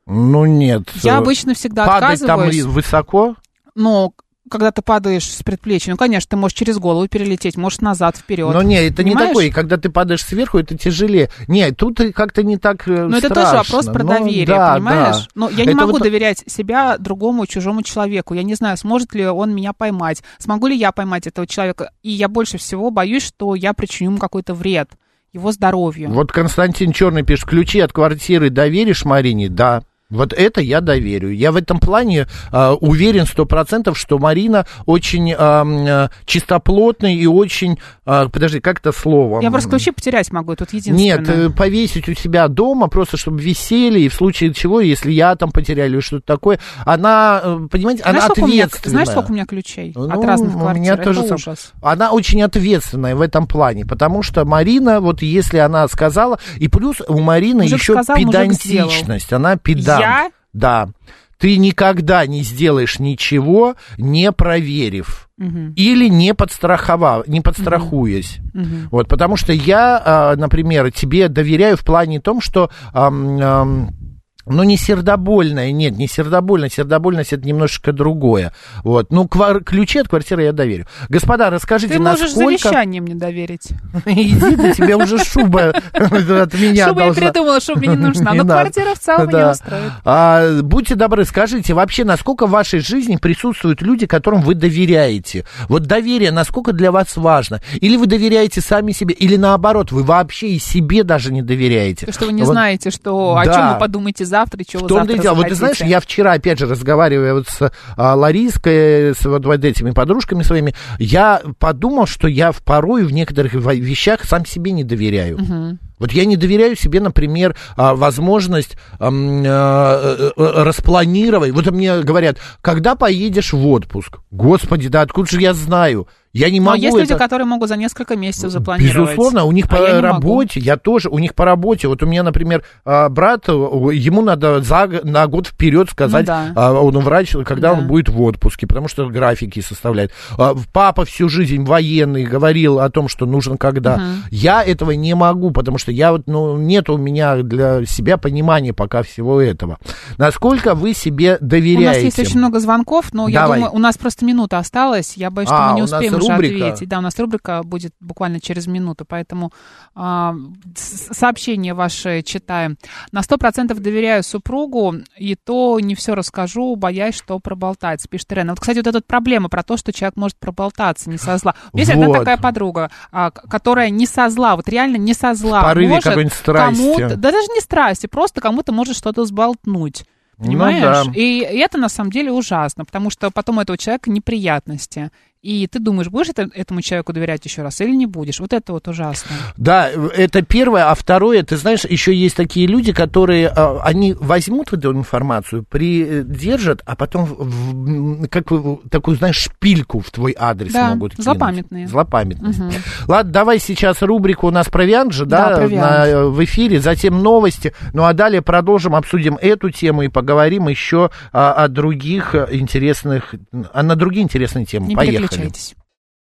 S3: Ну, нет.
S1: Я обычно всегда
S3: Падать там
S1: отказываюсь,
S3: и высоко?
S1: но когда ты падаешь с предплечья, ну, конечно, ты можешь через голову перелететь, можешь назад, вперед.
S3: Но не, это не
S1: Понимаешь?
S3: такое. И когда ты падаешь сверху, это тяжелее. Не, тут и как-то не так э,
S1: Но это тоже вопрос про доверие, понимаешь? Но я не
S3: Ну Это
S1: могу
S3: вот-
S1: доверять себя другому чужому человеку. Я не знаю, сможет ли он меня поймать, смогу ли я поймать этого человека. И я больше всего боюсь, что я причиню ему какой-то вред его здоровью.
S3: Вот Константин Черный пишет, ключи от квартиры доверишь Марине? Да. Вот это я доверю. Я в этом плане э, уверен сто процентов, что Марина очень э, м, э, чистоплотный и очень... э, подожди, как это слово?
S1: Я просто ключи потерять могу, тут единственное.
S3: Нет, э, повесить у себя дома, просто чтобы висели, и в случае чего, если я там потеряли или что-то такое, она, э, понимаете, она
S1: знаешь, сколько у меня,
S3: ответственная.
S1: знаешь, сколько у меня ключей
S3: Ну,
S1: от разных
S3: у
S1: квартир?
S3: меня
S1: Это
S3: тоже сам-
S1: ужас.
S3: Она очень ответственная в этом плане, потому что Марина, вот если она сказала, и плюс у Марины
S1: Мужик
S3: еще
S1: сказал, мужик сделал.
S3: педантичность, она педант.
S1: Я?
S3: Да. Ты никогда не сделаешь ничего, не проверив. Или не подстраховав, не подстрахуясь. Вот, потому что я, а, например, тебе доверяю в плане том, что ам, ам, ну, не сердобольная, нет, не сердобольная. Сердобольность это немножечко другое. Вот. Ну, квар- ключи от квартиры я доверю. Господа, расскажите,
S1: Ты можешь
S3: насколько...
S1: завещанием мне доверить.
S3: Иди, да тебе уже шуба от меня
S1: Чтобы я
S3: должна.
S1: придумала, что мне не нужна.
S3: Не
S1: Но
S3: надо.
S1: квартира в целом меня
S3: Да.
S1: устроит.
S3: А, будьте добры, скажите, вообще, насколько в вашей жизни присутствуют люди, которым вы доверяете? Вот доверие, насколько для вас важно? Или вы доверяете сами себе, или наоборот, вы вообще и себе даже не доверяете?
S1: То, что вы не
S3: Вот
S1: знаете, что, о
S3: Да.
S1: чем вы подумаете завтра, и чего
S3: в
S1: вы
S3: том-то
S1: завтра
S3: и дело. Вот ты знаешь,
S1: захотите.
S3: я вчера, опять же, разговаривая вот с а, Лариской, с вот, вот этими подружками своими, я подумал, что я в порой в некоторых во- вещах сам себе не доверяю. Вот я не доверяю себе, например, а, возможность ам, э, э, э, распланировать. Вот мне говорят, когда поедешь в отпуск? Господи, да откуда же я знаю? Я не
S1: Но
S3: могу
S1: есть люди,
S3: это-
S1: которые могут за несколько месяцев запланировать.
S3: Безусловно, у них
S1: А
S3: по
S1: я не могу.
S3: работе, я тоже, у них по работе. Вот у меня, например, а, брат, о, ему надо за, г- на год вперед сказать,
S1: Ну да.
S3: а, он врач,
S1: Да.
S3: когда он будет в отпуске, потому что графики составляет. А, в- Папа всю жизнь военный говорил о том, что нужно когда. Я этого не могу, потому что я вот, ну, нет у меня для себя понимания пока всего этого. Насколько вы себе
S1: У
S3: доверяете?
S1: нас есть очень много звонков, но я
S3: Давай.
S1: думаю, у нас просто минута осталась. Я боюсь, что
S3: А,
S1: мы не
S3: у нас
S1: успеем уже
S3: рубрика.
S1: ответить. Да, у нас рубрика будет буквально через минуту, поэтому а, с- сообщения ваши читаем. На сто процентов доверяю супругу, и то не все расскажу, боясь, что проболтать, пишет Ирена. Вот, кстати, вот эта вот проблема про то, что человек может проболтаться не со зла. У меня есть одна
S3: Вот.
S1: такая подруга, а, к- которая не со зла, вот реально не со зла.
S3: В порыве
S1: может
S3: какой-нибудь страсти.
S1: кому-то, да даже не страсти, просто кому-то может что-то сболтнуть.
S3: Ну
S1: Понимаешь?
S3: да.
S1: И это на самом деле ужасно, потому что потом у этого человека неприятности. И ты думаешь, будешь это- этому человеку доверять еще раз или не будешь? Вот это вот ужасно.
S3: Да, это первое. А второе, ты знаешь, еще есть такие люди, которые, а, они возьмут эту информацию, придержат, а потом в- в- м, как вы- такую, знаешь, шпильку в твой адрес
S1: Да,
S3: могут кинуть.
S1: злопамятные.
S3: Злопамятные. Ладно, давай сейчас рубрику у нас провиант же, да,
S1: Да, провиант.
S3: на- э, в эфире, затем новости. Ну а далее продолжим, обсудим эту тему и поговорим еще а, о других э, интересных, а, на другие интересные темы.
S1: Не
S3: Поехали.
S1: переключайтесь.